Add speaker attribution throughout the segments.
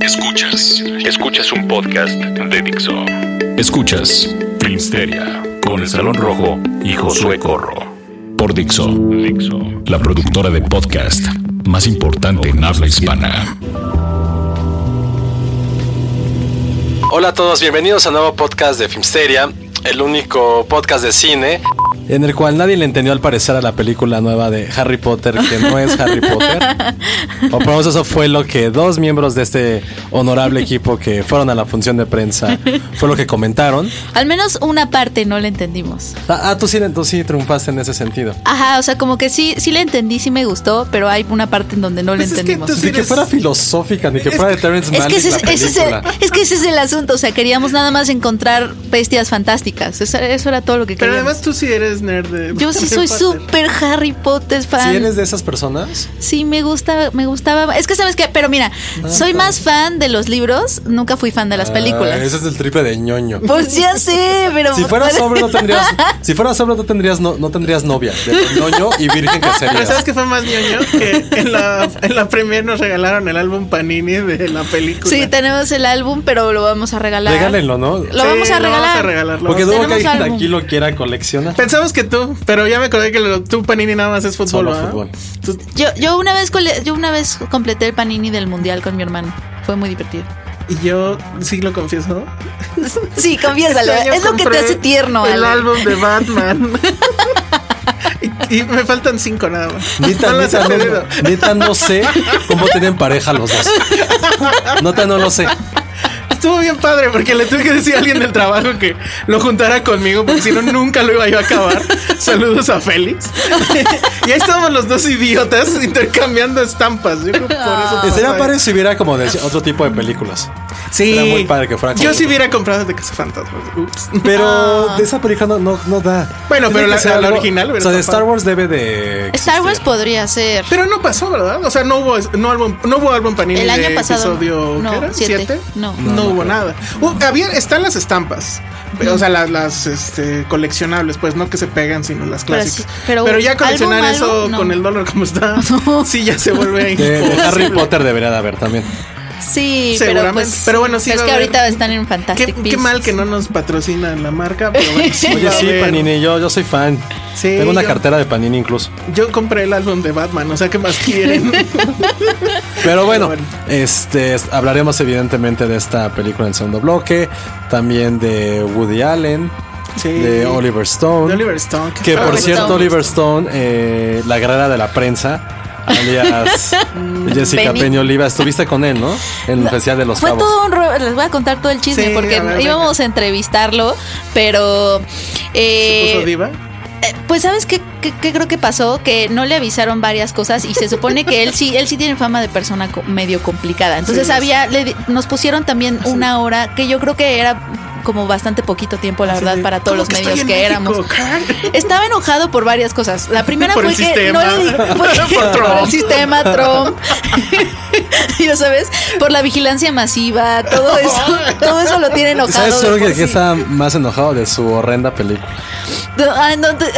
Speaker 1: Escuchas, escuchas un podcast de Dixo. Escuchas Filmsteria con el Salón Rojo y Josué Corro. Por Dixo, Dixo, la productora de podcast más importante en habla hispana.
Speaker 2: Hola a todos, bienvenidos a un nuevo podcast de Filmsteria, el único podcast de cine en el cual nadie le entendió al parecer a la película nueva de Harry Potter que no es Harry Potter. O por lo menos eso fue lo que dos miembros de este honorable equipo que fueron a la función de prensa fue lo que comentaron.
Speaker 3: Al menos una parte no la entendimos.
Speaker 2: Ah, ah, tú, sí, tú sí triunfaste en ese sentido.
Speaker 3: Ajá, o sea, como que sí, sí la entendí, sí me gustó, pero hay una parte en donde no la
Speaker 4: Pues es que
Speaker 3: entendimos.
Speaker 4: tú sí
Speaker 2: Ni que
Speaker 4: eres-
Speaker 2: fuera filosófica, ni que fuera de Terrence
Speaker 3: Es
Speaker 2: Malick
Speaker 3: que, ese,
Speaker 2: la
Speaker 3: es- ese es el,
Speaker 2: película.
Speaker 3: es que ese es el asunto, o sea, queríamos nada más encontrar bestias fantásticas, eso, eso era todo lo que
Speaker 4: Pero
Speaker 3: queríamos.
Speaker 4: además tú sí eres nerd de.
Speaker 3: Yo sí
Speaker 4: de
Speaker 3: soy
Speaker 4: Potter.
Speaker 3: súper Harry Potter fan.
Speaker 2: Si eres de esas personas,
Speaker 3: Sí, me gusta, me gustaba. Es que sabes que, pero mira,
Speaker 4: Ah,
Speaker 3: soy más fan de los libros, nunca fui fan de las películas.
Speaker 2: Ah, ese es el triple de ñoño.
Speaker 3: Pues ya sé, pero
Speaker 2: Si fueras sobre no tendrías, si fueras sobre no tendrías no, no tendrías novia, de ñoño y virgen que
Speaker 3: Pues
Speaker 4: Pero
Speaker 2: serías.
Speaker 4: ¿Sabes qué fue más ñoño? Que en la, en la premier nos regalaron el álbum Panini de la película.
Speaker 3: Sí, tenemos el álbum, pero lo vamos a regalar.
Speaker 2: Regálenlo, ¿no?
Speaker 3: Lo vamos a
Speaker 4: Lo vamos a
Speaker 3: regalar.
Speaker 4: regalar. lo
Speaker 2: Porque
Speaker 4: vamos a-
Speaker 2: dudo que
Speaker 3: Tenemos
Speaker 2: alguien
Speaker 3: álbum.
Speaker 2: aquí lo quiera coleccionar.
Speaker 4: Pensamos que tú, pero ya me acordé que lo- tú Panini nada más es fútbol.
Speaker 2: Solo
Speaker 4: ¿verdad?
Speaker 2: fútbol.
Speaker 4: Tú-
Speaker 3: Yo, yo una vez cole- yo una vez completé el panini del mundial con mi hermano. Fue muy divertido.
Speaker 4: y yo sí lo confieso.
Speaker 3: Sí, confiésalo. ¿eh?
Speaker 4: Este año
Speaker 3: es lo que te
Speaker 4: compré
Speaker 3: hace tierno,
Speaker 4: El
Speaker 3: Ale.
Speaker 4: álbum de Batman. y, y me faltan cinco nada más.
Speaker 2: Neta,
Speaker 4: no las he
Speaker 2: neta,
Speaker 4: pedido.
Speaker 2: no, neta, no sé cómo tienen pareja los dos. Neta, no lo sé.
Speaker 4: Estuvo bien padre porque le tuve que decir a alguien del trabajo que lo juntara conmigo porque si no nunca lo iba yo a acabar. Saludos a Félix. y ahí estábamos los dos idiotas intercambiando estampas. Yo creo que por eso pasó.
Speaker 2: Sería padre si hubiera como de otro tipo de películas.
Speaker 4: Sí.
Speaker 2: Era muy padre que fuera
Speaker 4: Yo
Speaker 2: como-
Speaker 4: si hubiera comprado de Casa Fantasmas. Ups.
Speaker 3: Ah.
Speaker 2: Pero de esa película no, no, no da.
Speaker 4: Bueno,
Speaker 2: Tiene
Speaker 4: pero
Speaker 2: que
Speaker 4: la-
Speaker 2: ser
Speaker 4: la
Speaker 2: algo-
Speaker 4: original
Speaker 2: O
Speaker 4: hubiera
Speaker 2: sea, de
Speaker 4: estado
Speaker 2: Star Wars debe de.
Speaker 3: Star Wars
Speaker 2: existir.
Speaker 3: podría ser.
Speaker 4: Pero no pasó, ¿verdad? O sea, no hubo no álbum, no hubo álbum Panini
Speaker 3: El año
Speaker 4: de
Speaker 3: pasado,
Speaker 4: episodio
Speaker 3: no.
Speaker 4: ¿qué
Speaker 3: No,
Speaker 4: era?
Speaker 3: siete.
Speaker 4: ¿Siete?
Speaker 3: No.
Speaker 4: no, hubo nada. Uh, había, están las estampas, o sea, las, las, este, coleccionables, pues no que se pegan, sino las
Speaker 3: Pero
Speaker 4: clásicas.
Speaker 3: sí, pero
Speaker 4: pero, ya coleccionar
Speaker 3: álbum,
Speaker 4: eso
Speaker 3: álbum, no.
Speaker 4: con el dólar como está, sí ya se
Speaker 2: De,
Speaker 4: vuelve
Speaker 2: de
Speaker 4: imposible.
Speaker 2: Harry Potter debería de haber también.
Speaker 3: Sí, pero,
Speaker 4: Seguramente.
Speaker 3: pues,
Speaker 4: Pero bueno, sí
Speaker 3: Es
Speaker 4: va
Speaker 3: que
Speaker 4: a haber-
Speaker 3: ahorita están en
Speaker 4: Qué,
Speaker 3: Fantastic
Speaker 4: qué
Speaker 3: Beasts.
Speaker 4: mal que no nos patrocina la marca, pero bueno, sí,
Speaker 2: Oye,
Speaker 4: va a
Speaker 2: sí,
Speaker 4: haber.
Speaker 2: Panini, yo, yo soy fan.
Speaker 4: Sí,
Speaker 2: Tengo una
Speaker 4: yo-
Speaker 2: cartera de Panini incluso.
Speaker 4: Yo compré el álbum de Batman, o sea, ¿qué más quieren?
Speaker 2: Pero bueno,
Speaker 4: Pero bueno.
Speaker 2: este es- hablaremos evidentemente de esta película en el segundo bloque, también de Woody Allen,
Speaker 4: Sí.
Speaker 2: de Oliver Stone.
Speaker 4: De Oliver Stone.
Speaker 2: Que por
Speaker 3: Oliver
Speaker 2: cierto,
Speaker 3: Stone.
Speaker 2: Oliver Stone, eh, la guerrera de la prensa, alias Jessica
Speaker 3: Penny.
Speaker 2: Peña Oliva, estuviste con él, ¿no? En el Festival de los
Speaker 3: Fue
Speaker 2: Cabos.
Speaker 3: todo un ro- les voy a contar todo el chisme
Speaker 4: Sí,
Speaker 3: porque
Speaker 4: a ver,
Speaker 3: íbamos a entrevistarlo, pero eh,
Speaker 4: ¿Se puso diva?
Speaker 3: Eh, Pues sabes qué, qué- qué creo que pasó, que no le avisaron varias cosas y se supone que él sí, él sí tiene fama de persona co- medio complicada. Entonces
Speaker 4: Sí,
Speaker 3: había, le di- nos pusieron también una hora que yo creo que era como bastante poquito tiempo, la verdad,
Speaker 4: Sí.
Speaker 3: para todos
Speaker 4: ¿Cómo
Speaker 3: los
Speaker 4: que
Speaker 3: medios
Speaker 4: estoy
Speaker 3: que
Speaker 4: en
Speaker 3: éramos.
Speaker 4: México, Carl?
Speaker 3: Estaba enojado por varias cosas. La primera
Speaker 4: Por
Speaker 3: fue
Speaker 4: el
Speaker 3: que
Speaker 4: sistema.
Speaker 3: no le di- fue-
Speaker 4: Por
Speaker 3: por
Speaker 4: Trump.
Speaker 3: el sistema Trump. ya sabes, por la vigilancia masiva, todo eso, todo eso lo tiene enojado.
Speaker 2: ¿Sabes
Speaker 3: de
Speaker 2: yo que,
Speaker 3: por
Speaker 2: que
Speaker 3: sí.
Speaker 2: está más enojado de su horrenda película?
Speaker 3: Ah, no, te-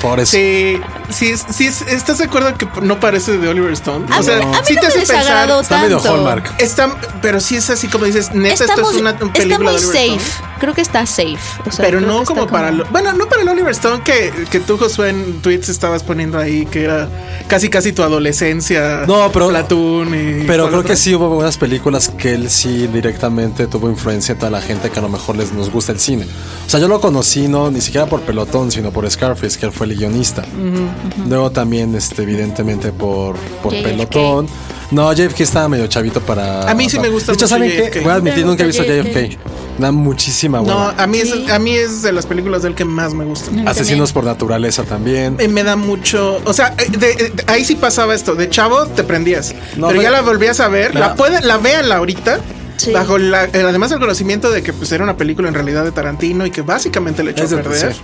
Speaker 2: Por eso.
Speaker 4: Sí, sí, sí, ¿estás de acuerdo que no parece de Oliver Stone?
Speaker 3: A mí, a mí Ah,
Speaker 4: sí
Speaker 3: no me
Speaker 4: hace
Speaker 3: desagradó
Speaker 2: Está medio
Speaker 3: tanto.
Speaker 2: Hallmark.
Speaker 4: Está, pero sí es así como dices, neta,
Speaker 3: está
Speaker 4: esto
Speaker 3: muy,
Speaker 4: es una
Speaker 3: está
Speaker 4: película
Speaker 3: muy
Speaker 4: de Oliver
Speaker 3: safe.
Speaker 4: Stone.
Speaker 3: Creo creo que está safe. o sea,
Speaker 4: pero
Speaker 3: creo que
Speaker 4: no
Speaker 3: está
Speaker 4: como para. lo- bueno, no para el Oliver Stone que, que tú, Josué, en tweets estabas poniendo ahí que era casi casi tu adolescencia.
Speaker 2: No, pero-
Speaker 4: Platoon y.
Speaker 2: Pero
Speaker 4: ¿cuál
Speaker 2: creo
Speaker 4: otra?
Speaker 2: que sí hubo buenas películas que él sí directamente tuvo influencia en toda la gente que a lo mejor les nos gusta el cine. O sea, yo lo conocí no ni siquiera por Pelotón, sino por Scarface, que él fue el guionista. Luego también, este, evidentemente, por, por
Speaker 3: JFK.
Speaker 2: Pelotón. No, JFK estaba medio chavito para.
Speaker 4: A mí sí me gusta
Speaker 2: De hecho,
Speaker 4: mucho
Speaker 2: ¿saben qué?
Speaker 4: JFK.
Speaker 2: Voy a admitir,
Speaker 3: Me
Speaker 2: nunca he visto
Speaker 3: gusta
Speaker 2: JFK. Da muchísima
Speaker 4: No,
Speaker 2: buena.
Speaker 4: a mí, es, a mí es de las películas del que más me gusta.
Speaker 2: Asesinos por naturaleza también.
Speaker 4: Eh, Me da mucho. O sea, eh, de- eh, ahí sí pasaba esto. De chavo te prendías.
Speaker 2: No,
Speaker 4: pero
Speaker 2: pero-
Speaker 4: ya la volvías a ver. La,
Speaker 2: No.
Speaker 4: puede, la véanla ahorita.
Speaker 3: Sí.
Speaker 4: Bajo la- el- además el conocimiento de que pues, era una película en realidad de Tarantino y que básicamente le echó a
Speaker 2: Es de
Speaker 4: perder.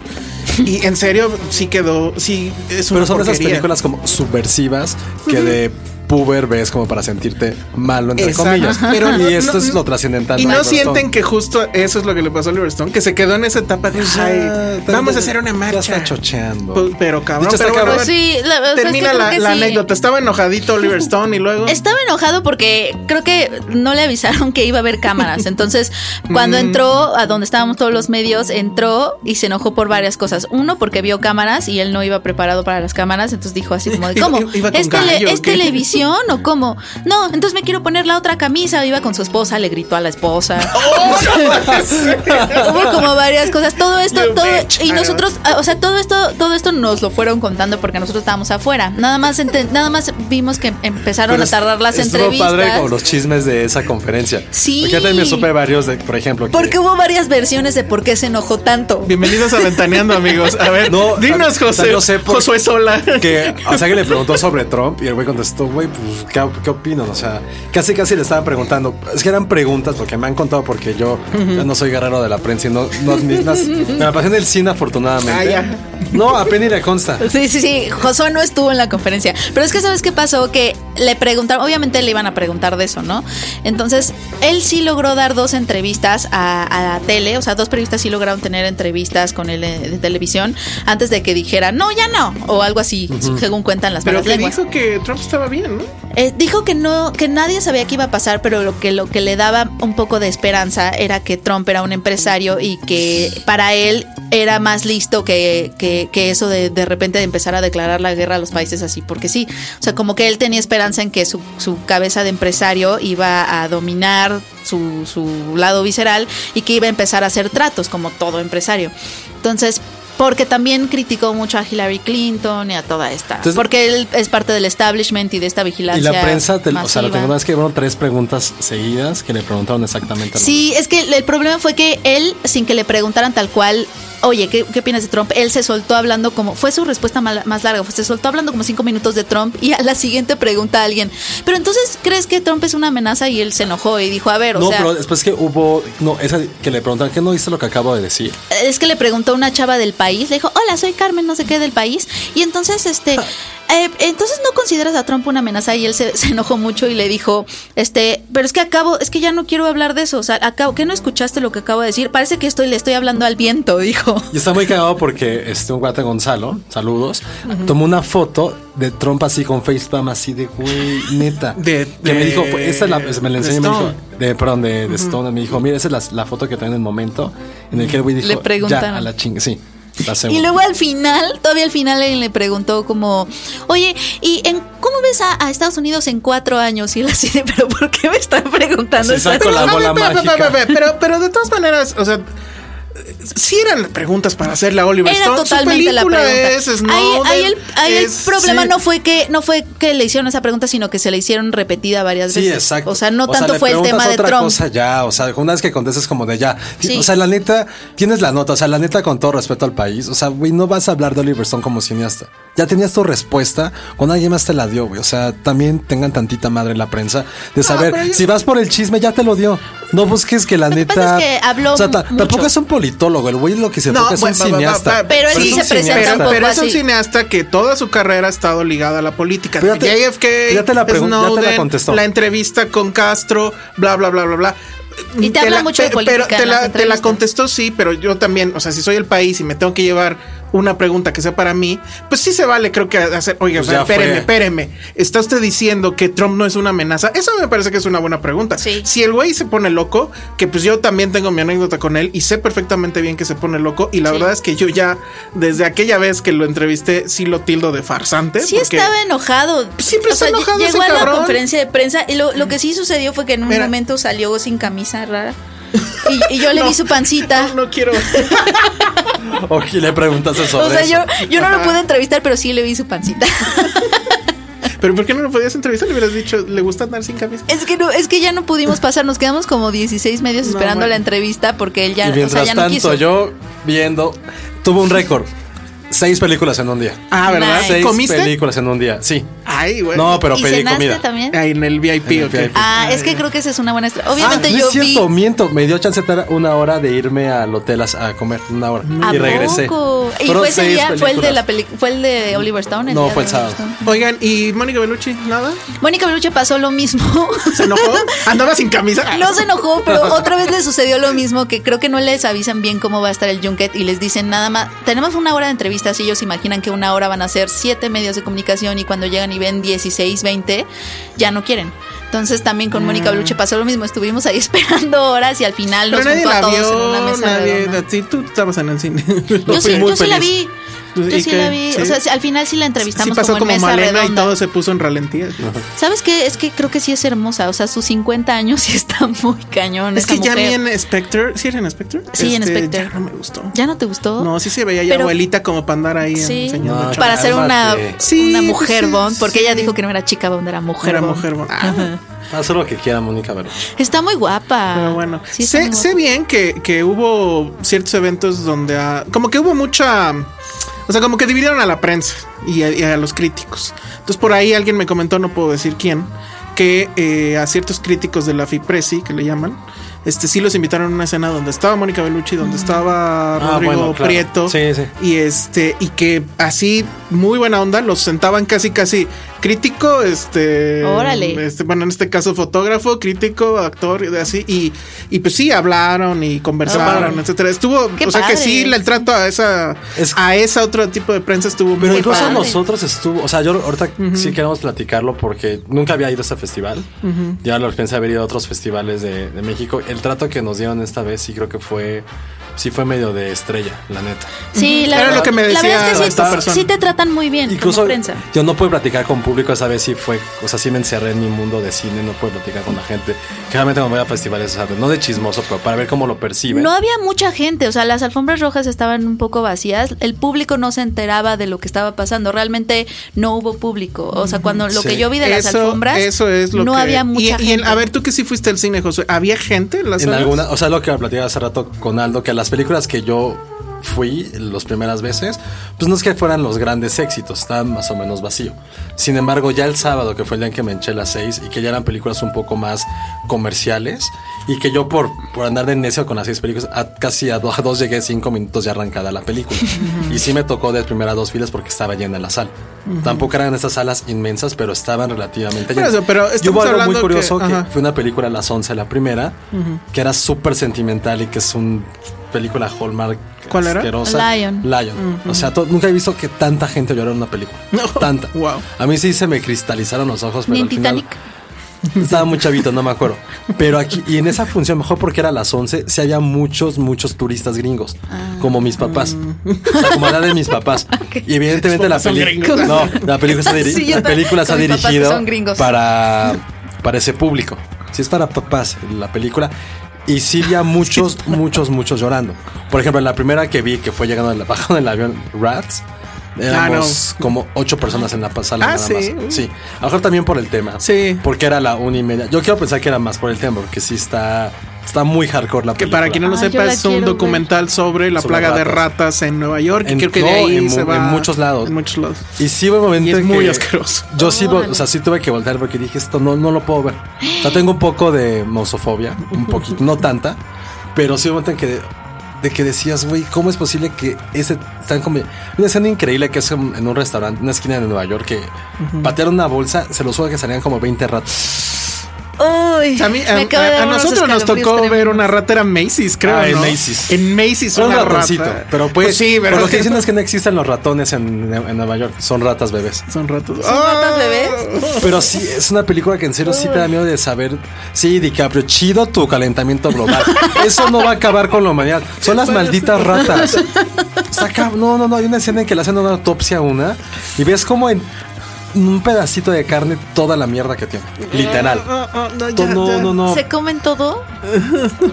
Speaker 4: Y en serio, sí quedó. Sí, es una
Speaker 2: Pero son de esas
Speaker 4: porquería.
Speaker 2: películas como subversivas que de puber ves como para sentirte malo, entre
Speaker 4: Exacto.
Speaker 2: comillas.
Speaker 4: Pero no-
Speaker 2: y esto
Speaker 4: no-
Speaker 2: es lo trascendental.
Speaker 4: Y
Speaker 2: de
Speaker 4: no
Speaker 2: Oliver
Speaker 4: sienten
Speaker 2: Stone.
Speaker 4: que justo eso es lo que le pasó a Oliver Stone, que se quedó en esa etapa de
Speaker 2: Pues Ya,
Speaker 4: "Ay,
Speaker 2: tal-
Speaker 4: vamos
Speaker 2: ya-
Speaker 4: a hacer una marcha.
Speaker 2: Ya está chocheando.
Speaker 4: Pues, Pero cabrón,
Speaker 2: Dicho está
Speaker 4: pero bueno,
Speaker 2: cabrón.
Speaker 3: Pues sí, la- o sea, es que
Speaker 4: termina
Speaker 3: creo
Speaker 4: la,
Speaker 3: que
Speaker 4: la
Speaker 3: sí.
Speaker 4: anécdota. Estaba enojadito Oliver Stone y luego.
Speaker 3: Estaba enojado porque creo que no le avisaron que iba a haber cámaras. Entonces, cuando
Speaker 4: Mm.
Speaker 3: entró a donde estábamos todos los medios, entró y se enojó por varias cosas. Uno, porque vio cámaras y él no iba preparado para las cámaras. Entonces dijo así como, de,
Speaker 4: Iba-
Speaker 3: ¿cómo?
Speaker 4: iba con
Speaker 3: ¿Es, tele-
Speaker 4: gallo,
Speaker 3: es
Speaker 4: ¿qué?
Speaker 3: televisión o cómo? No, entonces me quiero poner la otra camisa. Iba con su esposa, le gritó a la esposa.
Speaker 4: Oh,
Speaker 3: Hubo como varias cosas. Todo esto,
Speaker 4: You
Speaker 3: todo.
Speaker 4: bitch.
Speaker 3: Y nosotros, ah, o sea, todo esto, todo esto nos lo fueron contando porque nosotros estábamos afuera. Nada más, ente- nada más vimos que empezaron
Speaker 2: Pero
Speaker 3: a tardar las
Speaker 2: estuvo
Speaker 3: entrevistas.
Speaker 2: padre como los chismes de esa conferencia.
Speaker 3: Sí.
Speaker 2: Porque yo también supe varios, de, por ejemplo. que-
Speaker 3: Porque hubo varias versiones de por qué se enojó tanto.
Speaker 4: Bienvenidos a Ventaneando, amigos. A ver,
Speaker 2: No,
Speaker 4: dinos,
Speaker 2: ta- ta-
Speaker 4: José.
Speaker 2: yo sé por-
Speaker 4: Josué Sola.
Speaker 2: que, o sea, que le preguntó sobre Trump y el güey contestó, güey, pues, ¿qué, qué opinan? O sea, casi casi le estaban preguntando. Es que eran preguntas, lo que me han contado, porque yo ya no soy guerrero de la prensa y no, no admi- nas- me la pasé en el cine, afortunadamente.
Speaker 4: Ah, ya.
Speaker 2: No, a Penny le consta.
Speaker 3: Sí, sí, sí. Josué no estuvo en la conferencia. Pero es que, ¿sabes qué pasó? Que le preguntaron, obviamente le iban a preguntar de eso, ¿no? Entonces, él sí logró dar dos entrevistas a, a la tele. O sea, dos periodistas sí lograron tener entrevistas con él eh, de televisión antes de que dijera, no, ya no. O algo así, según cuentan las
Speaker 4: Pero
Speaker 3: malas
Speaker 4: que
Speaker 3: lenguas.
Speaker 4: dijo que Trump estaba bien, ¿no?
Speaker 3: Eh, dijo que no, que nadie sabía qué iba a pasar, pero lo que lo que le daba un poco de esperanza era que Trump era un empresario y que para él era más listo que, que- que eso de de repente de empezar a declarar la guerra a los países así, porque sí. O sea, como que él tenía esperanza en que su, su cabeza de empresario iba a dominar su, su lado visceral y que iba a empezar a hacer tratos, como todo empresario. Entonces, porque también criticó mucho a Hillary Clinton y a toda esta.
Speaker 2: Entonces-
Speaker 3: porque él es parte del establishment y de esta vigilancia.
Speaker 2: Y la prensa, te- o sea, la
Speaker 3: masiva.
Speaker 2: verdad es que fueron tres preguntas seguidas que le preguntaron exactamente lo
Speaker 3: Sí, es que el- el problema fue que él, sin que le preguntaran tal cual, oye, ¿qué, qué opinas de Trump? Él se soltó hablando como, fue su respuesta mal- más larga, fue- se soltó hablando como cinco minutos de Trump y a la siguiente pregunta a alguien, pero entonces, ¿crees que Trump es una amenaza? Y él se enojó y dijo, a ver, o
Speaker 2: no,
Speaker 3: sea...
Speaker 2: pero después que hubo. No, esa que le preguntaron, ¿qué no viste lo que acabo de decir?
Speaker 3: es que le preguntó a una chava del país, le dijo, hola, soy Carmen, no sé qué del país. Y entonces, este, eh, entonces no consideras a Trump una amenaza y él se, se enojó mucho y le dijo, este, pero es que acabo, es que ya no quiero hablar de eso, o sea, acabo, ¿qué no escuchaste lo que acabo de decir? Parece que estoy, le estoy hablando al viento, dijo.
Speaker 2: Y está muy cagado porque este, un guate Gonzalo, saludos, tomó una foto de Trump así con facepalm así de güey, neta.
Speaker 4: De-
Speaker 2: que me
Speaker 4: de-
Speaker 2: dijo, fue- esta es la, me la
Speaker 4: de
Speaker 2: enseñó y me dijo,
Speaker 4: Stone.
Speaker 2: de, perdón, de, de Stone, me dijo, mira, esa es la, la foto que traen en el momento en el que el güey dijo,
Speaker 3: Le preguntaron.
Speaker 2: ya, a la chinga, sí, la
Speaker 3: Y
Speaker 2: segunda.
Speaker 3: luego al final, todavía al final él le preguntó como, oye, ¿y en, cómo ves a, a Estados Unidos en cuatro años? Y él así de, pero ¿por qué me están preguntando
Speaker 2: Se
Speaker 3: esas
Speaker 2: sacó la
Speaker 4: A ver,
Speaker 2: bola
Speaker 4: espera, espera,
Speaker 2: mágica.
Speaker 4: espera, espera, Pero, pero de todas maneras, o sea, eh, sí eran preguntas para hacerle a Oliver
Speaker 3: Era
Speaker 4: Stone. Su
Speaker 3: totalmente la
Speaker 4: película
Speaker 3: pregunta.
Speaker 4: es
Speaker 3: ahí,
Speaker 4: Snowden,
Speaker 3: ahí el, ahí el
Speaker 4: es-
Speaker 3: problema
Speaker 4: sí.
Speaker 3: no fue que no fue que le hicieron esa pregunta, sino que se le hicieron repetida varias
Speaker 2: Sí,
Speaker 3: veces.
Speaker 2: exacto.
Speaker 3: O sea, no tanto
Speaker 2: le
Speaker 3: fue el
Speaker 2: preguntas
Speaker 3: tema de
Speaker 2: otra
Speaker 3: Trump.
Speaker 2: cosa ¿eh? ya, o sea, una vez que contestes como de ya.
Speaker 3: Sí.
Speaker 2: O sea, la neta, tienes la nota, o sea, la neta con todo respeto al país, o sea, güey, no vas a hablar de Oliver Stone como cineasta. Ya tenías tu respuesta, cuando alguien más te la dio, güey. O sea, también tengan tantita madre la prensa de saber,
Speaker 4: pero yo-
Speaker 2: si vas por el chisme, ya te lo dio. No busques que la
Speaker 3: Lo que
Speaker 2: neta.
Speaker 3: pasa es que habló
Speaker 2: o sea, ta-
Speaker 3: mucho.
Speaker 2: tampoco es un politólogo, el güey lo que se
Speaker 4: No,
Speaker 2: toca es un
Speaker 4: bueno, va, va, va,
Speaker 2: cineasta.
Speaker 4: va,
Speaker 3: Pero él sí
Speaker 2: es un
Speaker 3: se presenta un
Speaker 2: cineasta.
Speaker 4: Pero, pero es
Speaker 3: así.
Speaker 4: un cineasta que toda su carrera ha estado ligada a la política.
Speaker 2: Pero ya te-
Speaker 4: JFK,
Speaker 2: ya te la pregun- ya te la
Speaker 4: Snowden,
Speaker 2: contestó.
Speaker 4: la entrevista con Castro, bla, bla, bla, bla, bla.
Speaker 3: Y te habla mucho de
Speaker 4: pe-
Speaker 3: política
Speaker 4: Pero te
Speaker 3: en las
Speaker 4: la, te la
Speaker 3: entrevistas.
Speaker 4: contestó, sí, pero yo también, o sea, si soy el país y me tengo que llevar una pregunta que sea para mí, pues sí se vale, creo que hacer, oiga,
Speaker 2: Pues
Speaker 4: o sea,
Speaker 2: ya fue.
Speaker 4: espéreme, espéreme, ¿está usted diciendo que Trump no es una amenaza? Eso me parece que es una buena pregunta.
Speaker 3: Sí.
Speaker 4: Si el güey se pone loco, que pues yo también tengo mi anécdota con él y sé perfectamente bien que se pone loco y la
Speaker 3: Sí.
Speaker 4: verdad es que yo ya desde aquella vez que lo entrevisté sí lo tildo de farsante.
Speaker 3: Sí
Speaker 4: porque-
Speaker 3: estaba enojado.
Speaker 4: Siempre está enojado
Speaker 3: ll-
Speaker 4: ese
Speaker 3: Llegó a la
Speaker 4: cabrón.
Speaker 3: conferencia de prensa y lo, lo que sí sucedió fue que en un
Speaker 4: Mira.
Speaker 3: momento salió sin camisa rara. Y, y yo le vi
Speaker 4: No.
Speaker 3: su pancita.
Speaker 4: No, no quiero.
Speaker 2: O que le preguntaste sobre
Speaker 3: o sea,
Speaker 2: eso.
Speaker 3: yo, yo no lo pude entrevistar, pero sí le vi su pancita.
Speaker 4: Pero ¿por qué no lo podías entrevistar? Le hubieras dicho, le gusta andar sin camisa.
Speaker 3: Es que no, es que ya no pudimos pasar, nos quedamos como 16 medios
Speaker 4: No,
Speaker 3: esperando
Speaker 4: bueno.
Speaker 3: la entrevista porque él ya,
Speaker 2: y
Speaker 3: o sea,
Speaker 2: mientras
Speaker 3: ya no
Speaker 2: tanto,
Speaker 3: quiso.
Speaker 2: yo viendo, tuvo un récord. Seis películas en un día.
Speaker 4: Ah, ¿verdad?
Speaker 3: Nice.
Speaker 2: Seis
Speaker 4: ¿Comiste?
Speaker 2: películas en un día, sí.
Speaker 4: Ay, güey.
Speaker 2: No, pero
Speaker 3: ¿Y
Speaker 2: pedí
Speaker 3: cenaste
Speaker 2: comida.
Speaker 3: también?
Speaker 4: Ah, en el VIP,
Speaker 2: En el
Speaker 4: ok.
Speaker 2: VIP.
Speaker 3: Ah, es que creo que esa es una buena estra-
Speaker 2: Ah,
Speaker 3: Obviamente
Speaker 2: no
Speaker 3: yo
Speaker 2: es cierto,
Speaker 3: vi.
Speaker 2: miento. Me dio chance de estar una hora de irme al hotel a, a comer, una hora.
Speaker 3: ¿A
Speaker 2: y regresé.
Speaker 3: poco? Y
Speaker 2: Fueron
Speaker 3: fue ese
Speaker 2: seis
Speaker 3: día, fue el de
Speaker 2: películas.
Speaker 3: la peli- fue el de Oliver Stone.
Speaker 2: No,
Speaker 3: día
Speaker 2: fue
Speaker 3: de
Speaker 2: el
Speaker 3: Oliver
Speaker 2: sábado.
Speaker 4: Oigan, ¿y Mónica Bellucci? ¿Nada?
Speaker 3: Stone. Mónica Beluche pasó lo mismo.
Speaker 4: ¿Se enojó? ¿Andaba sin camisa?
Speaker 3: No se enojó, pero otra vez le sucedió lo mismo, que creo que no les avisan bien cómo va a estar el junket y les dicen nada más, tenemos una hora de entrevistas y ellos imaginan que una hora van a ser siete medios de comunicación y cuando llegan y ven 16, 20, ya no quieren. Entonces también con
Speaker 2: Ah.
Speaker 3: Mónica Bluche pasó lo mismo, estuvimos ahí esperando horas y al final nos
Speaker 4: Pero nadie
Speaker 3: juntó a
Speaker 4: la
Speaker 3: todos en una
Speaker 4: vio,
Speaker 3: mesa
Speaker 4: nadie.
Speaker 3: redonda.
Speaker 4: Sí, tú estabas en el cine.
Speaker 3: Yo sí,
Speaker 2: muy
Speaker 3: yo sí la
Speaker 2: feliz.
Speaker 3: vi. Yo
Speaker 4: Pues, ¿Y
Speaker 3: sí
Speaker 4: qué?
Speaker 3: la vi.
Speaker 4: Sí.
Speaker 3: O sea, sí, al final sí la entrevistamos
Speaker 4: Sí pasó
Speaker 3: como,
Speaker 4: como
Speaker 3: en mesa
Speaker 4: Malena y
Speaker 3: redonda.
Speaker 4: todo se puso en ralentía.
Speaker 3: ¿Sabes qué? Es que creo que sí es hermosa. O sea, sus 50 años sí está muy cañón.
Speaker 4: Es que
Speaker 3: esa
Speaker 4: ya a mí
Speaker 3: mujer.
Speaker 4: en Spectre, ¿sí era en Spectre?
Speaker 3: Sí, en
Speaker 4: Este,
Speaker 3: Spectre.
Speaker 4: Ya no me gustó.
Speaker 3: ¿Ya no te gustó?
Speaker 4: No, sí se veía ya
Speaker 3: Pero-
Speaker 4: abuelita como para andar ahí
Speaker 3: Sí.
Speaker 4: enseñando.
Speaker 2: No,
Speaker 4: chorro.
Speaker 3: Para ser una,
Speaker 2: Cálmate.
Speaker 4: Sí,
Speaker 3: una
Speaker 4: pues
Speaker 3: mujer
Speaker 4: sí,
Speaker 3: bond, porque
Speaker 4: sí.
Speaker 3: ella dijo que no era chica bond, era mujer
Speaker 4: Era
Speaker 3: bond.
Speaker 4: mujer bond. Ah.
Speaker 2: Haz lo que quiera, Mónica Verón.
Speaker 3: Está muy guapa.
Speaker 4: Pero bueno,
Speaker 3: Sí, está
Speaker 4: sé,
Speaker 3: muy
Speaker 4: sé
Speaker 3: guapa.
Speaker 4: bien que, que hubo ciertos eventos donde ah, como que hubo mucha... O sea, como que dividieron a la prensa y a, y a los críticos. Entonces por ahí alguien me comentó, no puedo decir quién, que eh, a ciertos críticos de la FIPRESI, que le llaman, este sí los invitaron a una escena donde estaba Mónica Bellucci, donde estaba
Speaker 2: Ah,
Speaker 4: Rodrigo
Speaker 2: bueno, claro.
Speaker 4: Prieto.
Speaker 2: Sí, sí.
Speaker 4: Y este, y que así, muy buena onda, los sentaban casi, casi crítico, este.
Speaker 3: Órale.
Speaker 4: este, bueno, en este caso, fotógrafo, crítico, actor, y así. Y, y pues sí, hablaron y conversaron,
Speaker 3: Órale.
Speaker 4: etcétera. Estuvo,
Speaker 3: Ah, Qué
Speaker 4: o sea que
Speaker 3: padre.
Speaker 4: sí, el trato a esa,
Speaker 2: Es-
Speaker 4: a esa otro tipo de prensa estuvo
Speaker 2: Pero
Speaker 4: muy
Speaker 2: incluso
Speaker 4: padre.
Speaker 3: padre.
Speaker 2: nosotros estuvo, o sea, yo ahorita sí queremos platicarlo porque nunca había ido a ese festival. Ya lo pensé haber ido a otros festivales de, de México. El trato que nos dieron esta vez sí creo que fue, sí fue medio de estrella, la neta.
Speaker 3: Sí, la
Speaker 4: Era
Speaker 3: verdad,
Speaker 4: lo que me
Speaker 3: la
Speaker 4: decía
Speaker 3: verdad es que sí,
Speaker 2: esta
Speaker 4: persona.
Speaker 3: sí te tratan muy bien
Speaker 2: Incluso
Speaker 3: como prensa.
Speaker 2: yo no pude platicar con público esa vez sí fue, o sea, sí me encerré en mi mundo de cine, no pude platicar con la gente. Generalmente cuando voy a festivales, o sea, no de chismoso, pero para ver cómo lo perciben.
Speaker 3: No había mucha gente, o sea, las alfombras rojas estaban un poco vacías, el público no se enteraba de lo que estaba pasando, realmente no hubo público, o sea, cuando lo
Speaker 2: Sí.
Speaker 3: que yo vi de las alfombras,
Speaker 4: eso es lo
Speaker 3: no
Speaker 4: que
Speaker 3: había
Speaker 4: y-
Speaker 3: mucha
Speaker 4: y,
Speaker 3: gente.
Speaker 4: en- a ver, tú que sí fuiste al cine, José, ¿había gente en las
Speaker 2: En
Speaker 4: salas?
Speaker 2: alguna, o sea, lo que platicaba hace rato con Aldo, que las películas que yo fui las primeras veces, pues no es que fueran los grandes éxitos, estaban más o menos vacío. Sin embargo, ya el sábado, que fue el día en que me enché las seis y que ya eran películas un poco más comerciales, y que yo por, por andar de necio con las seis películas, a- casi a, do- a dos llegué cinco minutos ya arrancada la película. y sí me tocó de primera dos filas porque estaba llena la sala. Tampoco eran estas salas inmensas, pero estaban relativamente
Speaker 4: Por
Speaker 2: llenas.
Speaker 4: eso, pero
Speaker 2: y hubo algo
Speaker 4: estamos
Speaker 2: muy
Speaker 4: hablando que-
Speaker 2: curioso que,
Speaker 4: ajá.
Speaker 2: fue una película a las 11, la primera, que era súper sentimental y que es una película Hallmark
Speaker 4: ¿Cuál era?
Speaker 2: asquerosa.
Speaker 3: Lion.
Speaker 2: Lion. O sea, to- nunca he visto que tanta gente llorara en una película.
Speaker 4: No.
Speaker 2: Tanta.
Speaker 4: Wow.
Speaker 2: A mí sí se me cristalizaron los ojos, pero
Speaker 3: Ni en
Speaker 2: al final-
Speaker 3: Titanic.
Speaker 2: estaba muy chavito, no me acuerdo. Pero aquí, y en esa función, mejor porque era a las 11, se había muchos, muchos turistas gringos,
Speaker 3: Ah.
Speaker 2: como mis papás. O sea, como la de mis papás. Y evidentemente la,
Speaker 4: Son
Speaker 2: peli
Speaker 4: gringos.
Speaker 2: no, la película está, diri-
Speaker 3: Sí, yo
Speaker 2: la película
Speaker 3: también,
Speaker 2: está
Speaker 3: con mis
Speaker 2: dirigido
Speaker 3: papás que son gringos.
Speaker 2: para, para ese público. Si es para papás, la película. Y sí había muchos, muchos, muchos llorando. Por ejemplo, en la primera que vi, que fue llegando al- bajando del avión, Rats, éramos como ocho personas en la pa- sala
Speaker 4: Ah,
Speaker 2: nada
Speaker 4: sí.
Speaker 2: más. Sí. A lo mejor también por el tema.
Speaker 4: Sí.
Speaker 2: Porque era la una y media. Yo quiero pensar que era más por el tema, porque sí está, está muy hardcore la
Speaker 4: Que
Speaker 2: película.
Speaker 4: para quien no lo
Speaker 3: Ah, yo
Speaker 4: sepa,
Speaker 3: la
Speaker 4: es un
Speaker 3: quiero ver.
Speaker 4: documental sobre la
Speaker 2: Sobre
Speaker 4: plaga de
Speaker 2: ratas.
Speaker 4: ratas en Nueva York. y
Speaker 2: En-
Speaker 4: creo que de
Speaker 2: no,
Speaker 4: ahí
Speaker 2: en
Speaker 4: se
Speaker 2: mu-
Speaker 4: va-
Speaker 2: en muchos lados.
Speaker 4: En muchos lados.
Speaker 2: Y sí hubo un momento
Speaker 4: Y es
Speaker 2: en
Speaker 4: muy
Speaker 2: que
Speaker 4: asqueroso.
Speaker 2: Yo sí, vol- o sea, sí tuve que voltear porque dije esto no, no lo puedo ver. O sea, tengo un poco de mosofobia, un poquito, no tanta, pero sí hubo un momento en que de que decías, güey, ¿cómo es posible que ese están como una escena increíble que es en en un restaurante, en una esquina de Nueva York que patearon una bolsa, se los juro que salían como 20 ratos.
Speaker 3: Uy,
Speaker 4: A, mí- a-
Speaker 3: me acaba de
Speaker 4: a- a
Speaker 3: dar unos
Speaker 4: nosotros nos tocó
Speaker 3: escalofríos
Speaker 4: ver una
Speaker 3: tremendos.
Speaker 4: rata, era Macy's, creo.
Speaker 2: Ah, en
Speaker 4: ¿no?
Speaker 2: Macy's.
Speaker 4: En Macy's
Speaker 2: Son un
Speaker 4: una
Speaker 2: ratoncito.
Speaker 4: rata.
Speaker 2: Pero pues,
Speaker 4: sí, pero
Speaker 2: lo que dicen es que no existen los ratones en, en Nueva York. Son ratas bebés.
Speaker 4: son ratos.
Speaker 3: ¿Son ratas bebés?
Speaker 2: Pero sí, es una película que en serio sí te da miedo de saber. Sí, DiCaprio, chido tu calentamiento global. Eso no va a acabar con la humanidad. Son las malditas ratas. Saca, no, no, no. Hay una escena en que le hacen una autopsia a una y ves como en un pedacito de carne toda la mierda que tiene. Literal. No, no, no. no.
Speaker 3: ¿Se comen todo?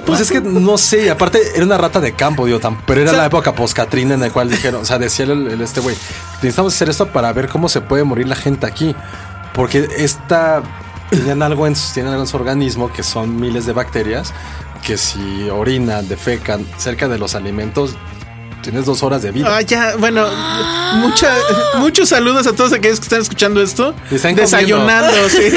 Speaker 2: Pues es que no sé, y aparte era una rata de campo, digo, tan- pero era la época post-Catrina en la cual dijeron, o sea, decía el, el- este güey, necesitamos hacer esto para ver cómo se puede morir la gente aquí, porque esta, tenían algo en, sus- tienen algo en su organismo que son miles de bacterias, que si orinan, defecan cerca de los alimentos, tienes dos horas de vida.
Speaker 4: Ah, ya, bueno, mucha- muchos saludos a todos aquellos que están escuchando esto.
Speaker 2: Y están
Speaker 4: desayunando, sí.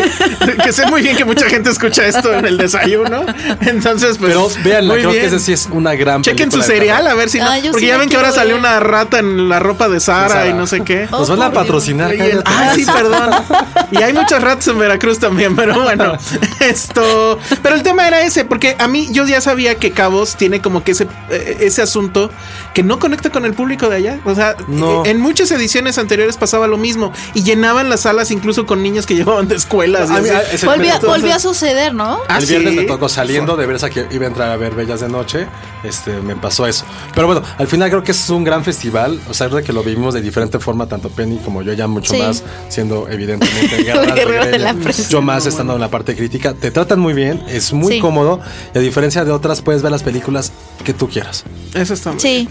Speaker 4: que sé muy bien que mucha gente escucha esto en el desayuno. Entonces, pues.
Speaker 2: pero véanla,
Speaker 4: muy
Speaker 2: creo
Speaker 4: bien.
Speaker 2: que esa sí es una gran
Speaker 4: Chequen su
Speaker 2: película de
Speaker 4: cereal
Speaker 2: terror.
Speaker 4: a ver si no.
Speaker 3: Ah, yo sí
Speaker 4: porque ya
Speaker 3: la
Speaker 4: ven que ahora
Speaker 3: quiero
Speaker 4: salió
Speaker 3: ver. Oh,
Speaker 4: una rata en la ropa de Sara,
Speaker 2: O sea,
Speaker 4: y no sé qué.
Speaker 2: Nos van a patrocinar.
Speaker 4: Y
Speaker 2: cállate.
Speaker 4: el- ah, sí, perdón. Y hay muchas ratas en Veracruz también, pero bueno, esto. Pero el tema era ese, porque a mí yo ya sabía que Cabos tiene como que ese, eh, ese asunto que no conecta con el público de allá. O sea,
Speaker 2: No.
Speaker 4: eh, en muchas ediciones anteriores pasaba lo mismo y llenaban las salas incluso con niños que llevaban de escuelas. y
Speaker 2: A mí-
Speaker 4: así.
Speaker 2: ese-
Speaker 3: Volvió,
Speaker 2: Entonces-
Speaker 3: volvió a suceder, ¿no?
Speaker 4: Ah,
Speaker 2: el viernes
Speaker 4: ¿sí?
Speaker 2: me tocó saliendo de Versa que iba a entrar a ver Bellas de Noche. Este, me pasó eso. Pero bueno, al final creo que es un gran festival. O sea, de que lo vivimos de diferente forma, tanto Penny como yo, ya mucho
Speaker 3: Sí.
Speaker 2: más, siendo evidentemente guerrero
Speaker 3: Guerrero de
Speaker 2: de
Speaker 3: la
Speaker 2: la
Speaker 3: prensa.
Speaker 2: Yo más estando en la parte crítica. Te tratan muy bien, es muy
Speaker 3: Sí.
Speaker 2: cómodo. Y a diferencia de otras, puedes ver las películas que tú quieras.
Speaker 4: Eso está muy
Speaker 3: Sí,
Speaker 4: bien.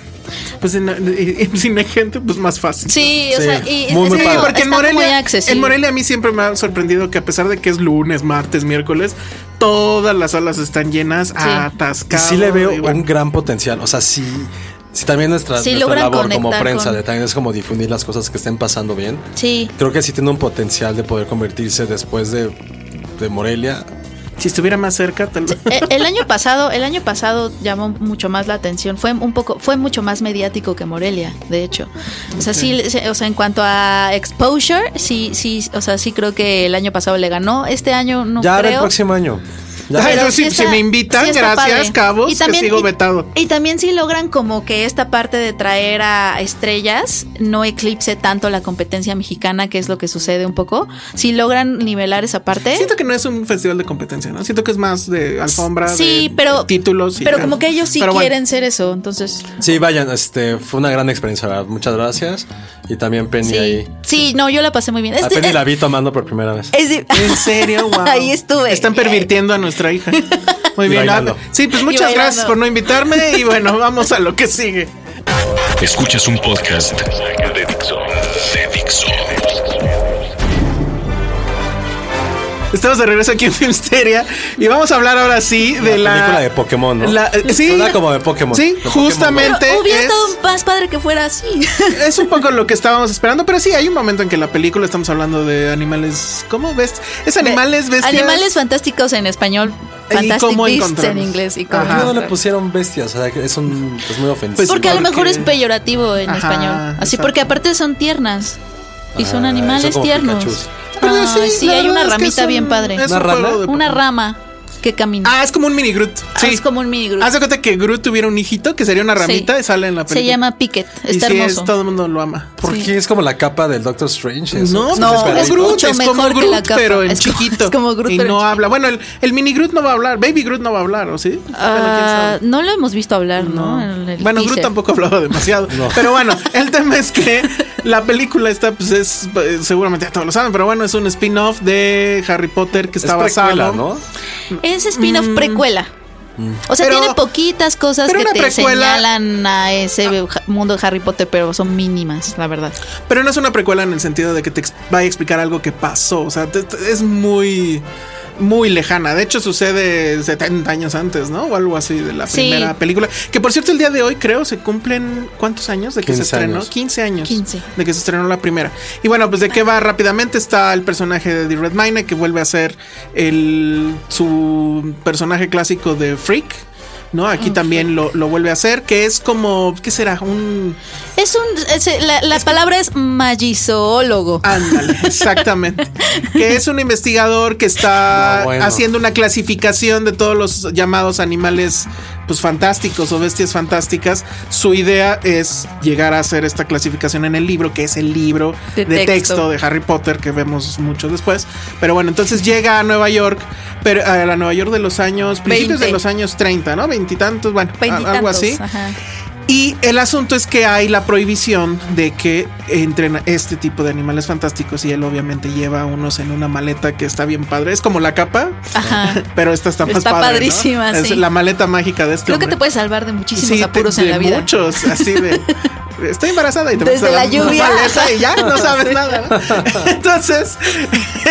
Speaker 4: Pues en, en- sin gente, pues más fácil.
Speaker 3: sí, o
Speaker 2: Sí.
Speaker 3: sea, y
Speaker 2: Muy, muy
Speaker 3: es que
Speaker 4: Sí,
Speaker 2: padre.
Speaker 3: está
Speaker 4: porque en
Speaker 3: muy
Speaker 4: Morelia,
Speaker 3: accesible.
Speaker 4: en Morelia a mí siempre me ha sorprendido que a pesar de que es lunes, martes, miércoles, todas las salas están llenas,
Speaker 2: Y
Speaker 4: atascadas.
Speaker 2: sí le veo
Speaker 4: y bueno.
Speaker 2: un gran potencial. O sea, sí. sí, también nuestra,
Speaker 3: Sí
Speaker 2: nuestra
Speaker 3: logran
Speaker 2: labor como
Speaker 3: conectar
Speaker 2: prensa
Speaker 3: con-
Speaker 2: de también es como difundir las cosas que estén pasando bien.
Speaker 3: Sí.
Speaker 2: creo que sí tiene un potencial de poder convertirse después de, de Morelia.
Speaker 4: Si estuviera más cerca, tal vez.
Speaker 3: Eh, El año pasado, el año pasado llamó mucho más la atención, fue un poco, fue mucho más mediático que Morelia, de hecho. O sea, sí, se- o sea, en cuanto a exposure, sí, sí, o sea, sí creo que el año pasado le ganó. Este año no
Speaker 2: ya era el
Speaker 3: creo.
Speaker 2: próximo año. Ya.
Speaker 4: Ay,
Speaker 3: Pero
Speaker 4: yo sí- si me invitan,
Speaker 3: está
Speaker 4: gracias, cabos, que sigo
Speaker 3: y-
Speaker 4: vetado.
Speaker 3: Y también sí logran como que esta parte de traer a estrellas no eclipse tanto la competencia mexicana, que es lo que sucede un poco. Sí logran nivelar esa parte.
Speaker 4: Siento que no es un festival de competencia, ¿no? Siento que es más de alfombra,
Speaker 3: sí,
Speaker 4: de
Speaker 3: pero
Speaker 4: títulos. y
Speaker 3: pero
Speaker 4: tal.
Speaker 3: como que ellos sí
Speaker 4: Pero bueno.
Speaker 3: quieren ser eso, entonces
Speaker 2: Sí, vayan, este, fue una gran experiencia, la verdad. Muchas gracias. Y también Penny
Speaker 3: sí.
Speaker 2: ahí.
Speaker 3: Sí, no, yo la pasé muy bien.
Speaker 2: A
Speaker 3: Este-
Speaker 2: Penny la vi tomando por primera vez.
Speaker 3: es de-
Speaker 4: En serio, wow.
Speaker 3: Ahí estuve.
Speaker 4: Están pervirtiendo a nuestra hija. Muy
Speaker 2: Y
Speaker 4: bien.
Speaker 2: bailando.
Speaker 4: ah, Sí, pues
Speaker 3: Y
Speaker 4: muchas
Speaker 3: bailando.
Speaker 4: gracias por no invitarme y bueno, vamos a lo que sigue.
Speaker 1: Escuchas un podcast de Dixo. De Dixo.
Speaker 4: Estamos de regreso aquí en Filmsteria y vamos a hablar ahora sí de la,
Speaker 2: La película de Pokémon, ¿no?
Speaker 4: la- eh, sí,
Speaker 2: Suena como de Pokémon.
Speaker 4: Sí,
Speaker 2: De Pokémon,
Speaker 3: Pero
Speaker 4: justamente
Speaker 3: hubiera
Speaker 4: es,
Speaker 3: estado más padre que fuera así.
Speaker 4: es un poco lo que estábamos esperando, pero sí hay un momento en que en la película estamos hablando de animales, ¿cómo ves? Es animales bestias.
Speaker 3: Animales fantásticos en español,
Speaker 4: ¿Y
Speaker 3: fantastic
Speaker 4: cómo
Speaker 3: beasts en
Speaker 4: encontramos?
Speaker 3: inglés y cómo-
Speaker 2: ¿Por qué no
Speaker 4: Ajá.
Speaker 2: le pusieron bestias? O sea, que es, un, es muy ofensivo.
Speaker 4: Pues
Speaker 3: porque a lo
Speaker 4: porque-
Speaker 3: mejor es peyorativo en
Speaker 4: Ajá,
Speaker 3: español. Así
Speaker 4: exacto.
Speaker 3: porque aparte son tiernas y son
Speaker 2: Ah,
Speaker 3: animales
Speaker 2: son como
Speaker 3: tiernos.
Speaker 2: Pikachus.
Speaker 4: Pero
Speaker 3: Ay, ah, sí,
Speaker 4: la
Speaker 3: hay
Speaker 4: verdad
Speaker 3: una
Speaker 4: es que
Speaker 3: ramita
Speaker 4: es un-
Speaker 3: bien padre.
Speaker 4: es
Speaker 2: ¿Una
Speaker 4: un
Speaker 2: rama?
Speaker 4: juego de
Speaker 3: Una
Speaker 4: Pokémon.
Speaker 3: rama que camina.
Speaker 4: Ah, es como un mini Groot. Sí.
Speaker 3: Es como un mini Groot.
Speaker 4: Haz de cuenta que Groot tuviera un hijito que sería una
Speaker 3: Sí.
Speaker 4: ramita y sale en la película.
Speaker 3: Se llama Piquet.
Speaker 4: y
Speaker 3: Está
Speaker 4: sí, es-
Speaker 3: hermoso.
Speaker 4: todo el mundo lo ama.
Speaker 2: ¿Por
Speaker 3: Sí.
Speaker 2: qué es como la capa del Doctor Strange? eso?
Speaker 4: No,
Speaker 3: No,
Speaker 4: no, es
Speaker 3: es
Speaker 4: Groot,
Speaker 3: mucho
Speaker 4: es como
Speaker 3: mejor que la
Speaker 4: Groot,
Speaker 3: capa.
Speaker 4: pero en
Speaker 3: Es como-
Speaker 4: chiquito.
Speaker 3: es como Groot,
Speaker 4: y
Speaker 3: pero en
Speaker 4: no
Speaker 3: chiquito.
Speaker 4: habla. Bueno, el, el mini Groot no va a hablar, Baby Groot no va a hablar, ¿o sí? Bueno, quién
Speaker 3: Ah,
Speaker 4: sabe.
Speaker 3: no lo hemos visto hablar, ¿no? En el
Speaker 4: Bueno, Groot
Speaker 3: teaser.
Speaker 4: tampoco hablaba demasiado. Pero bueno, el tema es que la película esta, pues es, eh, seguramente ya todos lo saben, pero bueno, es un spin-off de Harry Potter que
Speaker 2: Es
Speaker 4: está
Speaker 2: precuela,
Speaker 4: basado.
Speaker 2: ¿no?
Speaker 3: Es spin-off precuela. O sea,
Speaker 4: Mm. Pero-
Speaker 3: tiene poquitas cosas
Speaker 4: pero
Speaker 3: que
Speaker 4: una
Speaker 3: te
Speaker 4: precuela-
Speaker 3: señalan a ese ja- mundo de Harry Potter, pero son mínimas, la verdad.
Speaker 4: Pero no es una precuela en el sentido de que te ex- vaya a explicar algo que pasó. O sea, te- te- es muy. Muy lejana. De hecho, sucede 70 años antes, ¿no? O algo así de la
Speaker 3: Sí.
Speaker 4: primera película. Que por cierto, el día de hoy creo se cumplen. ¿Cuántos años de que se
Speaker 2: 15
Speaker 4: estrenó?
Speaker 2: años.
Speaker 4: 15 años.
Speaker 3: 15.
Speaker 4: De que se estrenó la primera. Y bueno, pues de qué va rápidamente. Está el personaje de Eddie Redmayne que vuelve a ser el, su personaje clásico de Freak. ¿no? Aquí también lo, lo vuelve a hacer, que es como, ¿qué será? Un...
Speaker 3: Es un. es- eh, la la palabra es magizoólogo.
Speaker 4: Ándale, exactamente. que es un investigador que está
Speaker 2: No, bueno.
Speaker 4: haciendo una clasificación de todos los llamados animales pues fantásticos o bestias fantásticas. Su idea es llegar a hacer esta clasificación en el libro, que es el libro de,
Speaker 3: De
Speaker 4: texto.
Speaker 3: texto.
Speaker 4: de Harry Potter que vemos mucho después. Pero bueno, entonces llega a Nueva York, pero a la Nueva York de los años principios de
Speaker 3: Veinte.
Speaker 4: los años 30, ¿no? Veintitantos, bueno, a-
Speaker 3: Veintitantos,
Speaker 4: algo así.
Speaker 3: ajá.
Speaker 4: Y el asunto es que hay la prohibición de que entren este tipo de animales fantásticos y él obviamente lleva unos en una maleta que está bien padre. Es como la capa,
Speaker 3: Ajá.
Speaker 4: pero esta está más
Speaker 3: Está
Speaker 4: padre, ¿no?
Speaker 3: padrísima,
Speaker 4: Es
Speaker 3: sí.
Speaker 4: la maleta mágica de este
Speaker 3: Creo que
Speaker 4: hombre.
Speaker 3: te puede salvar de muchísimos
Speaker 4: Sí, te-
Speaker 3: apuros en
Speaker 4: de
Speaker 3: la vida.
Speaker 4: muchos, así de... Estoy embarazada y te
Speaker 3: Desde
Speaker 4: metes a
Speaker 3: la lluvia.
Speaker 4: maleta y ya no sabes nada. ¿no? Entonces...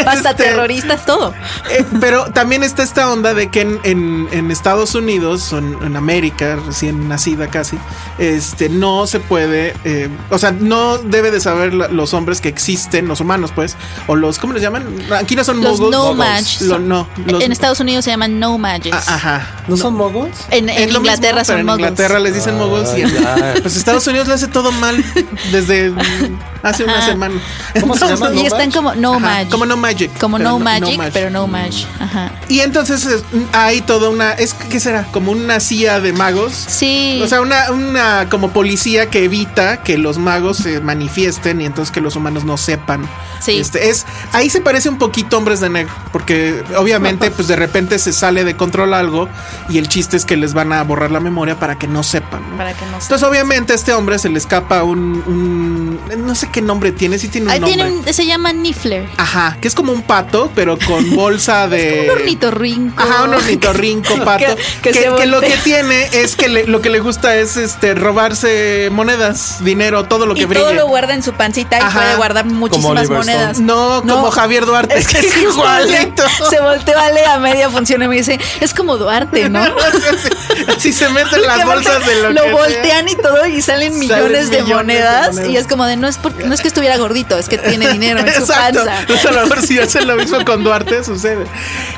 Speaker 3: Hasta
Speaker 4: este,
Speaker 3: terroristas, todo.
Speaker 4: eh, pero también está esta onda de que en, en- en Estados Unidos, o en, en América, recién nacida casi, este no se puede, eh, o sea, no debe de saber la- los hombres que existen, los humanos, pues, o los, ¿cómo les llaman? Aquí no son
Speaker 3: Los
Speaker 4: moguls.
Speaker 3: no
Speaker 4: Moguls.
Speaker 3: match.
Speaker 4: Lo- no, los-
Speaker 3: en Estados Unidos se llaman no matches.
Speaker 4: Ah, Ajá.
Speaker 2: ¿No son moguls?
Speaker 3: En, en
Speaker 4: Es lo mismo,
Speaker 3: Inglaterra
Speaker 4: pero
Speaker 3: son
Speaker 4: En
Speaker 3: muggles.
Speaker 4: Inglaterra les dicen moguls y en-
Speaker 2: Ah, ya.
Speaker 4: pues Estados Unidos le hace todo mal desde mm, hace una semana.
Speaker 2: ¿Cómo se
Speaker 4: Entonces-
Speaker 2: llama?
Speaker 3: Y están como no
Speaker 4: Ajá,
Speaker 3: magic.
Speaker 4: como no magic,
Speaker 3: Como
Speaker 4: pero
Speaker 3: no,
Speaker 4: no- Mm. no
Speaker 3: magic,
Speaker 4: match.
Speaker 3: pero no match. Ajá.
Speaker 4: Y entonces es- hay toda una. Es, ¿Qué será? Como una CIA de magos.
Speaker 3: Sí.
Speaker 4: O sea, una, una como policía que evita que los magos se manifiesten y entonces que los humanos no sepan.
Speaker 3: Sí.
Speaker 4: Este, es, ahí se parece un poquito hombres de negro, porque obviamente pues de repente se sale de control algo y el chiste es que les van a borrar la memoria para que no sepan. ¿no?
Speaker 3: para que no se-
Speaker 4: Entonces obviamente a este hombre se le escapa un, un- No sé qué nombre tiene, si tiene un
Speaker 3: Ahí
Speaker 4: nombre.
Speaker 3: tiene un- se llama Niffler.
Speaker 4: Ajá, que es como un pato, pero con bolsa de...
Speaker 3: Un ornitorrinco.
Speaker 4: Eh, Ajá, un ornitorrinco, pato. Que,
Speaker 3: que se
Speaker 4: que lo que
Speaker 3: voltea.
Speaker 4: tiene es que le- lo que le gusta es este robarse monedas, dinero, todo lo que
Speaker 3: Y
Speaker 4: brille.
Speaker 3: todo lo guarda en su pancita y
Speaker 4: Ajá.
Speaker 3: puede guardar muchísimas
Speaker 2: Oliver Stone.
Speaker 3: monedas.
Speaker 4: no,
Speaker 3: No.
Speaker 4: como Javier Duarte, es que es igualito.
Speaker 3: Se volteó a leer a media función y me dice, es como Duarte, ¿no?
Speaker 4: Si se meten las
Speaker 3: Que
Speaker 4: bolsas
Speaker 3: voltea-
Speaker 4: de lo,
Speaker 3: lo
Speaker 4: que sea.
Speaker 3: voltean y todo y salen millones, de,
Speaker 4: millones de
Speaker 3: monedas,
Speaker 4: monedas.
Speaker 3: y es como de no es porque no es que estuviera gordito, es que tiene dinero en su
Speaker 4: Exacto.
Speaker 3: panza.
Speaker 4: Los salvadores, si hacen lo mismo con Duarte, sucede.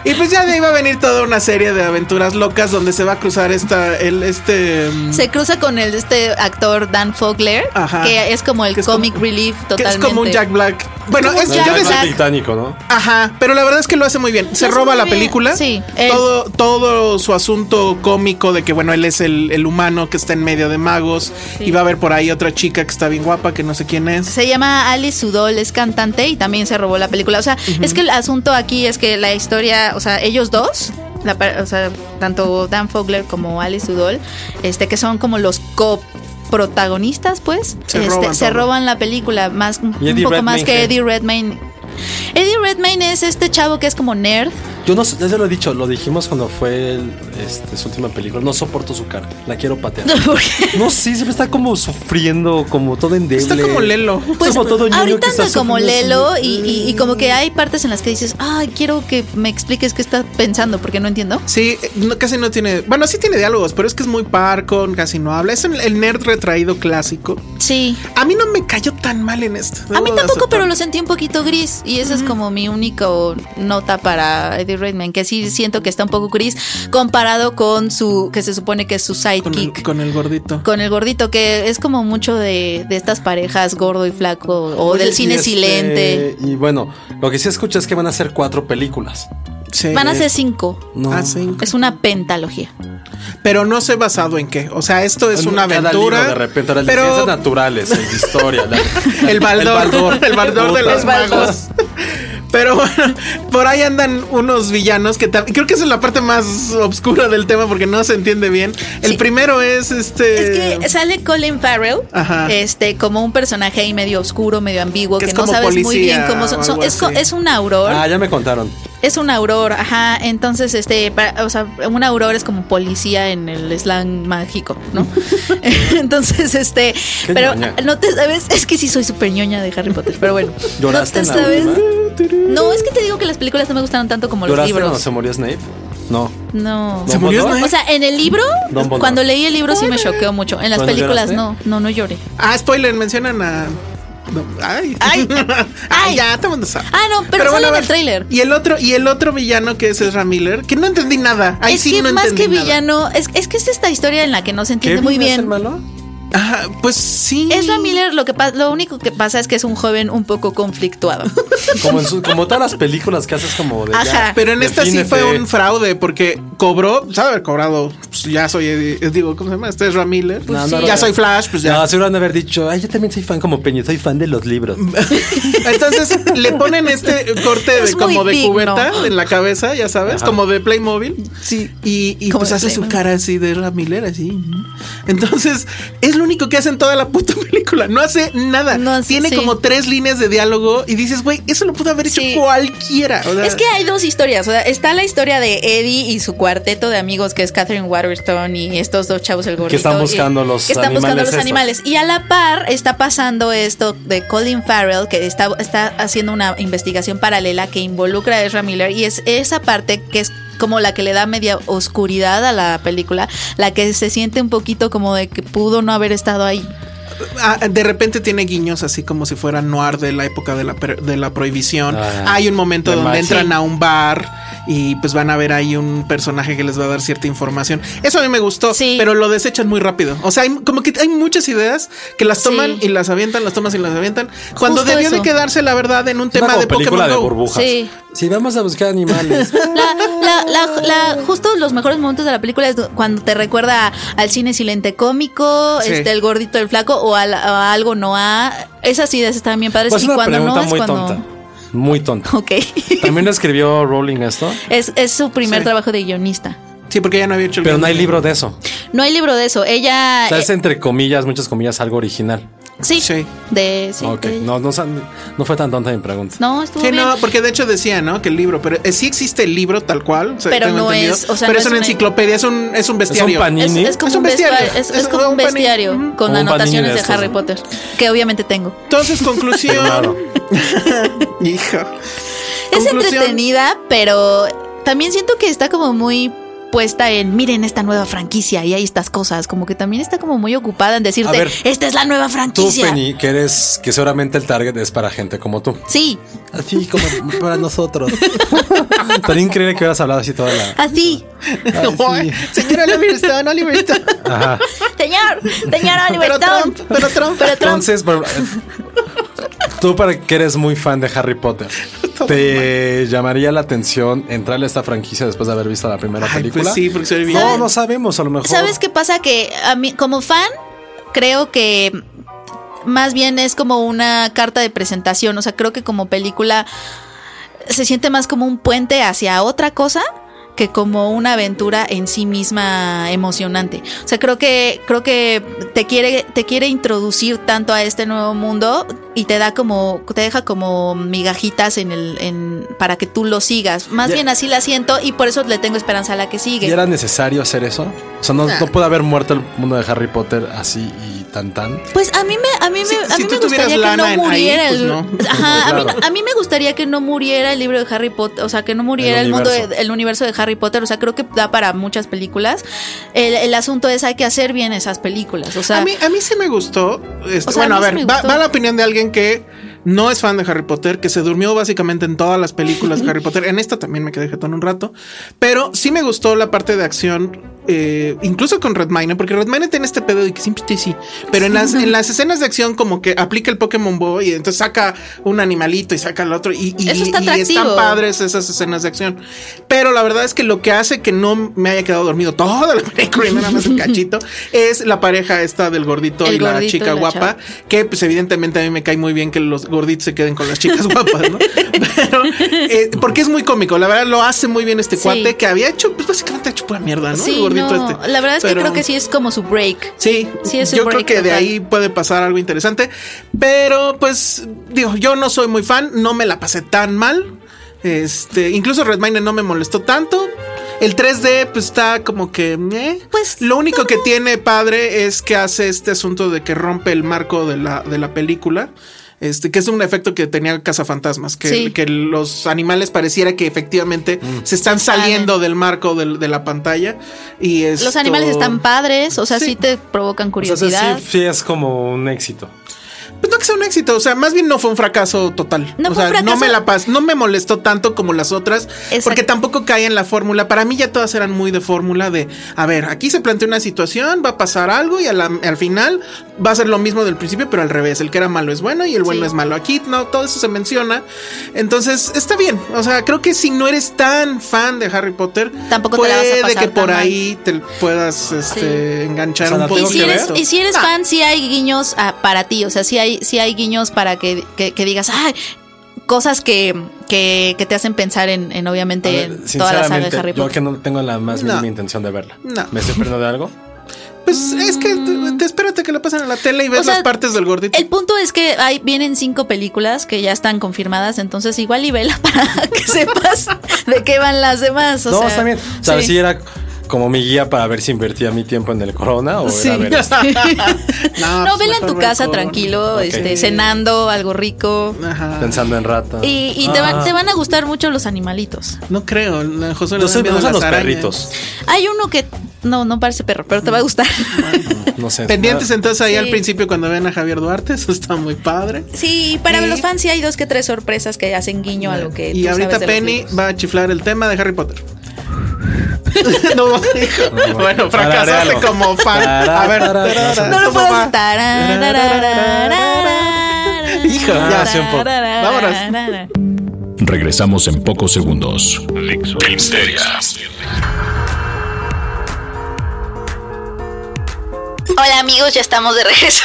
Speaker 4: Y pues ya de ahí va a venir toda una serie de aventuras locas donde se va a cruzar esta, el, este. mm,
Speaker 3: Se cruza con el este actor Dan Fogler,
Speaker 4: Ajá.
Speaker 3: que es como el
Speaker 4: Que es
Speaker 3: comic
Speaker 4: como-
Speaker 3: relief
Speaker 4: que
Speaker 3: totalmente.
Speaker 4: es como un Jack Black. Bueno,
Speaker 3: como
Speaker 4: es,
Speaker 3: un
Speaker 4: yo
Speaker 3: Jack
Speaker 4: decía-
Speaker 3: Black.
Speaker 2: titánico, ¿no?
Speaker 4: Ajá, pero la verdad es que lo hace muy bien. Se
Speaker 3: hace
Speaker 4: roba
Speaker 3: muy
Speaker 4: la
Speaker 3: bien,
Speaker 4: película.
Speaker 3: sí. eh. Él.
Speaker 4: Todo, todo su asunto cómico de que, bueno, él es el, el humano que está en medio de magos. Y va a haber por ahí otra chica que está bien guapa, que no sé quién es.
Speaker 3: Se llama Alice Sudol, es cantante y también se robó la película. O sea, es que el asunto aquí es que la historia, o sea, ellos dos, la par- o sea, tanto Dan Fogler como Alice Sudol, este, que son como los coprotagonistas, pues,
Speaker 4: Se
Speaker 3: este,
Speaker 4: roban
Speaker 3: se
Speaker 4: todo.
Speaker 3: roban la película más un,
Speaker 2: ¿Y Eddie
Speaker 3: un poco más
Speaker 2: Redmayne
Speaker 3: que
Speaker 2: qué?
Speaker 3: Eddie Redmayne. Eddie Redmayne es este chavo que es como nerd.
Speaker 2: Yo no, ya se lo he dicho, lo dijimos cuando fue el- este, su última película. No soporto su cara, la quiero patear.
Speaker 3: porque-
Speaker 2: No, sí, siempre está como sufriendo, como todo endeble.
Speaker 4: Está como Lelo.
Speaker 3: Pues
Speaker 2: como todo ñoño
Speaker 3: ahorita
Speaker 2: que está
Speaker 3: anda como
Speaker 2: sufriendo,
Speaker 3: Lelo
Speaker 2: así
Speaker 3: y,
Speaker 2: de-
Speaker 3: y- y como que hay partes en las que dices, ay, quiero que me expliques qué estás pensando porque no entiendo.
Speaker 4: Sí, eh, no- casi no tiene. Bueno, sí tiene diálogos, pero es que es muy parco, casi no habla. Es el, el nerd retraído clásico.
Speaker 3: Sí.
Speaker 4: A mí no me cayó tan mal en esto.
Speaker 3: A
Speaker 4: debo
Speaker 3: mí
Speaker 4: de
Speaker 3: tampoco, pero
Speaker 4: aceptar.
Speaker 3: lo sentí un poquito gris. Y esa es como mi única nota para Eddie Redmayne, que sí siento que está un poco gris comparado con su, que se supone que es su
Speaker 4: Con el,
Speaker 3: sidekick. Con el,
Speaker 4: con el gordito.
Speaker 3: gordito, que es como mucho de, de estas parejas gordo y flaco, o
Speaker 2: Oye,
Speaker 3: del cine
Speaker 2: y este,
Speaker 3: silente.
Speaker 2: Y bueno, lo que sí escuché es que van a hacer cuatro películas.
Speaker 4: Sí.
Speaker 3: Van a ser cinco.
Speaker 2: No.
Speaker 4: Ah, sí.
Speaker 3: Es una pentalogía.
Speaker 4: Pero no sé basado en qué. O sea, esto es una
Speaker 2: Cada
Speaker 4: aventura.
Speaker 2: libro de repente, ahora
Speaker 4: pero
Speaker 2: las ciencias naturales, en historia. la-
Speaker 4: El baldor, el baldor, de
Speaker 2: Puta.
Speaker 4: los magos. Pero bueno, por ahí andan unos villanos que tam- creo que esa es la parte más obscura del tema porque no se entiende bien. El
Speaker 3: Sí.
Speaker 4: primero es este
Speaker 3: Es que sale Colin Farrell,
Speaker 4: Ajá.
Speaker 3: este, como un personaje ahí medio oscuro, medio ambiguo,
Speaker 4: Que
Speaker 3: que,
Speaker 4: es
Speaker 3: no
Speaker 4: como
Speaker 3: sabes muy
Speaker 4: policía
Speaker 3: bien cómo son.
Speaker 4: o
Speaker 3: son-
Speaker 4: algo
Speaker 3: es, co-
Speaker 4: así.
Speaker 3: es un auror.
Speaker 2: Ah, ya me contaron.
Speaker 3: Es un auror, ajá. Entonces, este, para- o sea, un auror es como policía en el slang mágico, ¿no? Entonces, este,
Speaker 2: Qué
Speaker 3: pero
Speaker 2: ñoña.
Speaker 3: no te sabes, es que sí soy súper ñoña de Harry Potter, pero bueno.
Speaker 2: ¿Lloraste
Speaker 3: no
Speaker 2: en
Speaker 3: te
Speaker 2: la
Speaker 3: sabes.
Speaker 2: última?
Speaker 3: No, es que te digo que las películas no me gustaron tanto como los
Speaker 2: ¿Lloraste cuando
Speaker 3: libros.
Speaker 2: se murió Snape? No.
Speaker 3: No.
Speaker 2: ¿Se murió Dumbledore?
Speaker 3: O sea, en el libro,
Speaker 2: Dumbledore.
Speaker 3: cuando leí el libro sí me choqueó mucho. En las
Speaker 2: ¿Cuándo
Speaker 3: películas
Speaker 2: lloraste?
Speaker 3: no, no, no lloré.
Speaker 4: Ah, spoiler, mencionan a No, ay. Ah,
Speaker 3: Ay. Ay.
Speaker 4: ya, todo el mundo sabe.
Speaker 3: Ah, no, pero sale en
Speaker 4: a
Speaker 3: el tráiler.
Speaker 4: Y el otro, y el otro villano que es Ezra Miller, que no entendí nada. Ahí
Speaker 3: es
Speaker 4: sí
Speaker 3: que
Speaker 4: no
Speaker 3: más
Speaker 4: entendí
Speaker 3: que
Speaker 4: nada.
Speaker 3: villano, es, es que es esta historia en la que no se entiende
Speaker 2: ¿Kevin
Speaker 3: muy
Speaker 2: es el
Speaker 3: bien.
Speaker 2: malo?
Speaker 4: Ajá, pues sí.
Speaker 3: Ezra Miller lo que pa- lo único que pasa es que es un joven un poco conflictuado.
Speaker 2: Como, en su- como todas las películas que haces como de ya,
Speaker 3: Ajá.
Speaker 4: Pero en esta sí fue
Speaker 2: defínete.
Speaker 4: un fraude porque cobró, sabe haber cobrado, pues ya soy, eh, digo, ¿cómo se llama? Este es Ramiller.
Speaker 2: No, no,
Speaker 4: ya
Speaker 2: no.
Speaker 4: soy Flash, pues ya.
Speaker 2: No, seguro han de haber dicho, ay, yo también soy fan como Peña, soy fan de los libros.
Speaker 4: Entonces le ponen este corte de,
Speaker 3: Es muy
Speaker 4: como de
Speaker 3: digno.
Speaker 4: cubeta en la cabeza, ya sabes, como de Playmobil.
Speaker 3: Sí.
Speaker 4: Y, y
Speaker 3: Como
Speaker 4: pues
Speaker 3: de
Speaker 4: hace su
Speaker 3: Playmobil.
Speaker 4: cara así de Ramiller, así. Entonces, es lo único que hace en toda la puta película. No hace nada.
Speaker 3: No hace-
Speaker 4: Tiene
Speaker 3: sí.
Speaker 4: como tres líneas de diálogo y dices, güey, eso lo pudo haber hecho
Speaker 3: Sí.
Speaker 4: cualquiera. O sea,
Speaker 3: Es que hay dos historias. O sea, está la historia de Eddie y su cuarteto de amigos, que es Catherine Waterstone y estos dos chavos, el gordito.
Speaker 2: están
Speaker 3: y-
Speaker 2: buscando los
Speaker 3: que están
Speaker 2: animales
Speaker 3: buscando los
Speaker 2: estos.
Speaker 3: animales. Y a la par está pasando esto de Colin Farrell, que está, está haciendo una investigación paralela que involucra a Ezra Miller. Y es esa parte que es como la que le da media oscuridad a la película, la que se siente un poquito como de que pudo no haber estado ahí.
Speaker 4: Ah, de repente tiene guiños así como si fuera noir de la época de la, per- de la prohibición.
Speaker 2: Ah,
Speaker 4: Hay un momento
Speaker 2: de
Speaker 4: donde
Speaker 2: magia.
Speaker 4: entran a un bar y pues van a ver ahí un personaje que les va a dar cierta información. Eso a mí me gustó,
Speaker 3: Sí.
Speaker 4: pero lo desechan muy rápido. O sea, hay, como que hay muchas ideas que las toman
Speaker 3: Sí.
Speaker 4: y las avientan, las tomas y las avientan. Cuando
Speaker 3: Justo
Speaker 4: debió de
Speaker 3: eso.
Speaker 4: quedarse, la verdad, en un
Speaker 2: Es una
Speaker 4: tema
Speaker 2: como
Speaker 4: de
Speaker 2: película
Speaker 4: Pokémon
Speaker 2: de
Speaker 4: Go.
Speaker 2: burbujas.
Speaker 3: Sí.
Speaker 2: Si vamos a buscar animales.
Speaker 3: La, la- la- la- justo los mejores momentos de la película es cuando te recuerda al cine silente cómico,
Speaker 4: Sí.
Speaker 3: este el gordito el flaco o al- a algo no a esas ideas están bien padres
Speaker 2: Pues
Speaker 3: y
Speaker 2: una
Speaker 3: cuando
Speaker 2: pregunta
Speaker 3: no es
Speaker 2: muy
Speaker 3: cuando
Speaker 2: tonta. Muy tonta.
Speaker 3: Ok.
Speaker 2: También escribió Rowling esto,
Speaker 3: es, es su primer
Speaker 4: Sí.
Speaker 3: trabajo de guionista.
Speaker 4: Sí, porque ya no había hecho el
Speaker 2: pero no hay
Speaker 4: guion.
Speaker 2: libro de eso.
Speaker 3: No hay libro de eso. Ella
Speaker 2: O sea,
Speaker 3: eh,
Speaker 2: es entre comillas, muchas comillas, algo original.
Speaker 3: sí,
Speaker 4: Sí.
Speaker 3: de sí.
Speaker 2: ok,
Speaker 3: de- no.
Speaker 2: no, no, san- no fue tan tonta mi pregunta.
Speaker 3: estuvo
Speaker 4: Sí,
Speaker 3: bien.
Speaker 4: no, porque de hecho decía, ¿no? Que el libro, pero eh, sí existe el libro tal cual. o sea,
Speaker 3: Pero
Speaker 4: tengo
Speaker 3: no
Speaker 4: entendido,
Speaker 3: es- o sea,
Speaker 4: pero
Speaker 3: no es
Speaker 4: es una
Speaker 3: una-
Speaker 4: enciclopedia, es un, es un
Speaker 2: Es un
Speaker 4: bestiario.
Speaker 3: es,
Speaker 2: panini.
Speaker 3: es como
Speaker 4: Es un
Speaker 3: un bestiario,
Speaker 4: bestiario.
Speaker 3: es, es
Speaker 4: Es
Speaker 3: como un
Speaker 4: un panini.
Speaker 3: bestiario
Speaker 4: Ujú.
Speaker 3: con
Speaker 2: Como un
Speaker 3: anotaciones
Speaker 2: panini
Speaker 3: de,
Speaker 2: de estos,
Speaker 3: Harry
Speaker 2: ¿no?
Speaker 3: Potter, que obviamente tengo.
Speaker 4: Entonces,
Speaker 2: Claro.
Speaker 4: conclusión. Hija.
Speaker 3: Es
Speaker 4: Conclusión.
Speaker 3: entretenida, pero también siento que está como muy puesta en miren esta nueva franquicia y hay estas cosas, como que también está como muy ocupada en decirte,
Speaker 2: A ver,
Speaker 3: esta es la nueva
Speaker 2: Tú,
Speaker 3: franquicia.
Speaker 2: Penny, que eres, que seguramente el target es para gente como tú.
Speaker 3: Sí,
Speaker 2: Así como para nosotros. Estaría increíble que hubieras hablado así toda la.
Speaker 3: así.
Speaker 4: Señora Oliver Stone, Oliver Stone.
Speaker 2: Ajá.
Speaker 3: Señor, señor Oliver
Speaker 4: Pero
Speaker 3: Stone.
Speaker 4: Trump, pero Trump.
Speaker 3: Pero Trump.
Speaker 2: Entonces, por- tú para que eres muy fan de Harry Potter, ¿te llamaría la atención entrarle a esta franquicia después de haber visto la primera
Speaker 4: Ay,
Speaker 2: película?
Speaker 4: pues sí, porque soy bien.
Speaker 2: No, no sabemos, a lo mejor.
Speaker 3: ¿Sabes qué pasa? Que a mí, como fan, creo que más bien es como una carta de presentación. O sea, creo que como película se siente más como un puente hacia otra cosa que como una aventura en sí misma emocionante. O sea, creo que creo que te quiere te quiere introducir tanto a este nuevo mundo y te da como te deja como migajitas en el en para que tú lo sigas. Más
Speaker 2: Ya.
Speaker 3: bien así la siento y por eso le tengo esperanza a la que sigue.
Speaker 2: ¿Y era necesario hacer eso? O sea, no, no puede haber muerto el mundo de Harry Potter así y tan tan.
Speaker 3: Pues a mí me, a mí me,
Speaker 4: Si-
Speaker 3: a
Speaker 4: si
Speaker 3: mí
Speaker 4: tú
Speaker 3: me
Speaker 4: tuvieras
Speaker 3: gustaría que
Speaker 4: lana
Speaker 3: no
Speaker 4: en ahí,
Speaker 3: muriera
Speaker 4: pues
Speaker 3: el.
Speaker 4: no.
Speaker 3: Ajá, a, mí,
Speaker 2: Claro.
Speaker 3: a mí me gustaría que no muriera el libro de Harry Potter, o sea, que no muriera
Speaker 2: El
Speaker 3: el, mundo, de-
Speaker 2: universo.
Speaker 3: el universo de Harry Potter. O sea, creo que da para muchas películas. El, el asunto es hay que hacer bien esas películas. O sea,
Speaker 4: a, mí, a mí sí me gustó. este,
Speaker 3: O sea,
Speaker 4: bueno,
Speaker 3: a
Speaker 4: a,
Speaker 3: mí sí me
Speaker 4: ver, va,
Speaker 3: gustó.
Speaker 4: va la opinión de alguien que no es fan de Harry Potter, que se durmió básicamente en todas las películas de Harry Potter. En esta también me quedé jetón un rato. Pero sí me gustó la parte de acción, eh, incluso con Redmine, porque Redmine tiene este pedo de que siempre está así. Pero en las, en las escenas de acción, como que aplica el Pokémon Boy y entonces saca un animalito y saca el otro. Y,
Speaker 3: Eso está
Speaker 4: y- y están
Speaker 3: atractivo.
Speaker 4: padres esas escenas de acción. Pero la verdad es que lo que hace que no me haya quedado dormido toda la película y nada más el cachito es la pareja esta del gordito
Speaker 3: El
Speaker 4: y la
Speaker 3: gordito y
Speaker 4: chica
Speaker 3: la
Speaker 4: guapa,
Speaker 3: chava.
Speaker 4: que pues evidentemente a mí me cae muy bien que los gorditos se queden con las chicas guapas, ¿no? Pero, eh, porque es muy cómico, la verdad lo hace muy bien este
Speaker 3: Sí.
Speaker 4: cuate que había hecho, pues básicamente ha hecho pura mierda, ¿no?
Speaker 3: sí,
Speaker 4: el gordito
Speaker 3: no,
Speaker 4: este.
Speaker 3: La verdad es
Speaker 4: Pero-
Speaker 3: que creo que sí es como su break.
Speaker 4: Sí,
Speaker 3: Sí, es un
Speaker 4: yo creo
Speaker 3: break
Speaker 4: que de
Speaker 3: total.
Speaker 4: ahí puede pasar algo interesante, pero pues digo, yo no soy muy fan, no me la pasé tan mal. Este, incluso Redmine no me molestó tanto. El 3D pues está como que eh.
Speaker 3: Pues,
Speaker 4: lo único que tiene padre es que hace este asunto de que rompe el marco de la de la película. Este, que es un efecto que tenía Cazafantasmas, que,
Speaker 3: Sí.
Speaker 4: que los animales pareciera que efectivamente se están
Speaker 3: salen.
Speaker 4: saliendo del marco del- de, la pantalla. Y
Speaker 3: Los animales
Speaker 4: esto-
Speaker 3: están padres, o sea, sí,
Speaker 4: Sí.
Speaker 3: te provocan
Speaker 2: O sea, sí,
Speaker 3: curiosidad.
Speaker 2: sí es como un éxito.
Speaker 4: Pues no que sea un éxito, o sea, más bien no fue un fracaso total.
Speaker 3: No
Speaker 4: o
Speaker 3: fue
Speaker 4: sea,
Speaker 3: un
Speaker 4: no
Speaker 3: fracaso.
Speaker 4: me la pas, no me molestó tanto como las otras,
Speaker 3: Exacto.
Speaker 4: porque tampoco caía en la fórmula. Para mí ya todas eran muy de fórmula de, a ver, aquí se plantea una situación, va a pasar algo y a la- al final va a ser lo mismo del principio, pero al revés, el que era malo es bueno y el bueno
Speaker 3: Sí.
Speaker 4: es malo. Aquí no, todo eso se menciona. Entonces, está bien. O sea, creo que si no eres tan fan de Harry Potter,
Speaker 3: Tampoco te
Speaker 4: puede
Speaker 3: la vas a pasar
Speaker 4: de que
Speaker 3: tan
Speaker 4: por
Speaker 3: mal.
Speaker 4: ahí te puedas este,
Speaker 3: Sí.
Speaker 2: O
Speaker 4: enganchar
Speaker 2: sea,
Speaker 4: un
Speaker 2: no
Speaker 4: poco.
Speaker 3: Y
Speaker 2: tengo
Speaker 3: si,
Speaker 4: que
Speaker 3: eres,
Speaker 4: ver.
Speaker 3: y si eres
Speaker 4: Ah,
Speaker 3: fan, sí hay guiños ah, para ti. O sea, sí hay, sí hay guiños para que, que- que digas, ay, cosas que, que, que te hacen pensar en, en, obviamente,
Speaker 2: A ver,
Speaker 3: en toda la saga de Harry
Speaker 2: yo que
Speaker 3: Potter.
Speaker 2: no tengo la más
Speaker 4: No.
Speaker 2: mínima intención de verla.
Speaker 4: No.
Speaker 2: ¿Me estoy perdiendo de algo?
Speaker 4: Pues es que te, te- espérate que lo pasen en la tele y ves
Speaker 3: O sea,
Speaker 4: las partes del gordito.
Speaker 3: El punto es que hay, vienen cinco películas que ya están confirmadas, entonces igual y vela para que sepas de qué van las demás. O
Speaker 2: no,
Speaker 3: sea,
Speaker 2: está bien. O sea,
Speaker 3: sí.
Speaker 2: sí era como mi guía para ver si invertía mi tiempo en el corona o
Speaker 3: Sí.
Speaker 2: Oh, era ver. este esto.
Speaker 4: no,
Speaker 3: No,
Speaker 4: pues
Speaker 3: vela en
Speaker 4: mejor
Speaker 3: tu
Speaker 4: ver
Speaker 3: casa
Speaker 4: con-
Speaker 3: tranquilo, este, cenando algo rico.
Speaker 4: Ajá.
Speaker 2: Pensando en rata.
Speaker 3: Y, y te,
Speaker 2: Ah.
Speaker 3: van, te van a gustar mucho los animalitos.
Speaker 4: No creo, la- José le
Speaker 2: No
Speaker 4: da
Speaker 2: sé, me
Speaker 4: miedo a
Speaker 2: gustan
Speaker 4: las
Speaker 2: los
Speaker 4: arañas.
Speaker 2: perritos.
Speaker 3: Hay uno que no, no parece perro, pero te va a gustar.
Speaker 2: No sé.
Speaker 4: Pendientes entonces ahí
Speaker 3: Sí.
Speaker 4: al principio cuando ven a Javier Duarte, eso está muy padre.
Speaker 3: Sí, para
Speaker 4: Sí.
Speaker 3: los fans sí hay dos que tres sorpresas que hacen guiño a lo que
Speaker 4: y
Speaker 3: Eh, tú
Speaker 4: ahorita
Speaker 3: sabes de los
Speaker 4: Penny
Speaker 3: libros.
Speaker 4: va a chiflar el tema de Harry Potter. no, hijo. bueno, fracasaste
Speaker 2: Tararealo.
Speaker 4: como fan. A ver,
Speaker 2: Tarara,
Speaker 4: tarara,
Speaker 2: tarara.
Speaker 3: No lo
Speaker 4: ¿cómo
Speaker 3: puedo
Speaker 4: va?
Speaker 3: contar.
Speaker 4: Hijo, ya
Speaker 2: hace un poco.
Speaker 4: Vámonos.
Speaker 1: Regresamos en pocos segundos. Filmsteria.
Speaker 3: Hola amigos, ya estamos de regreso.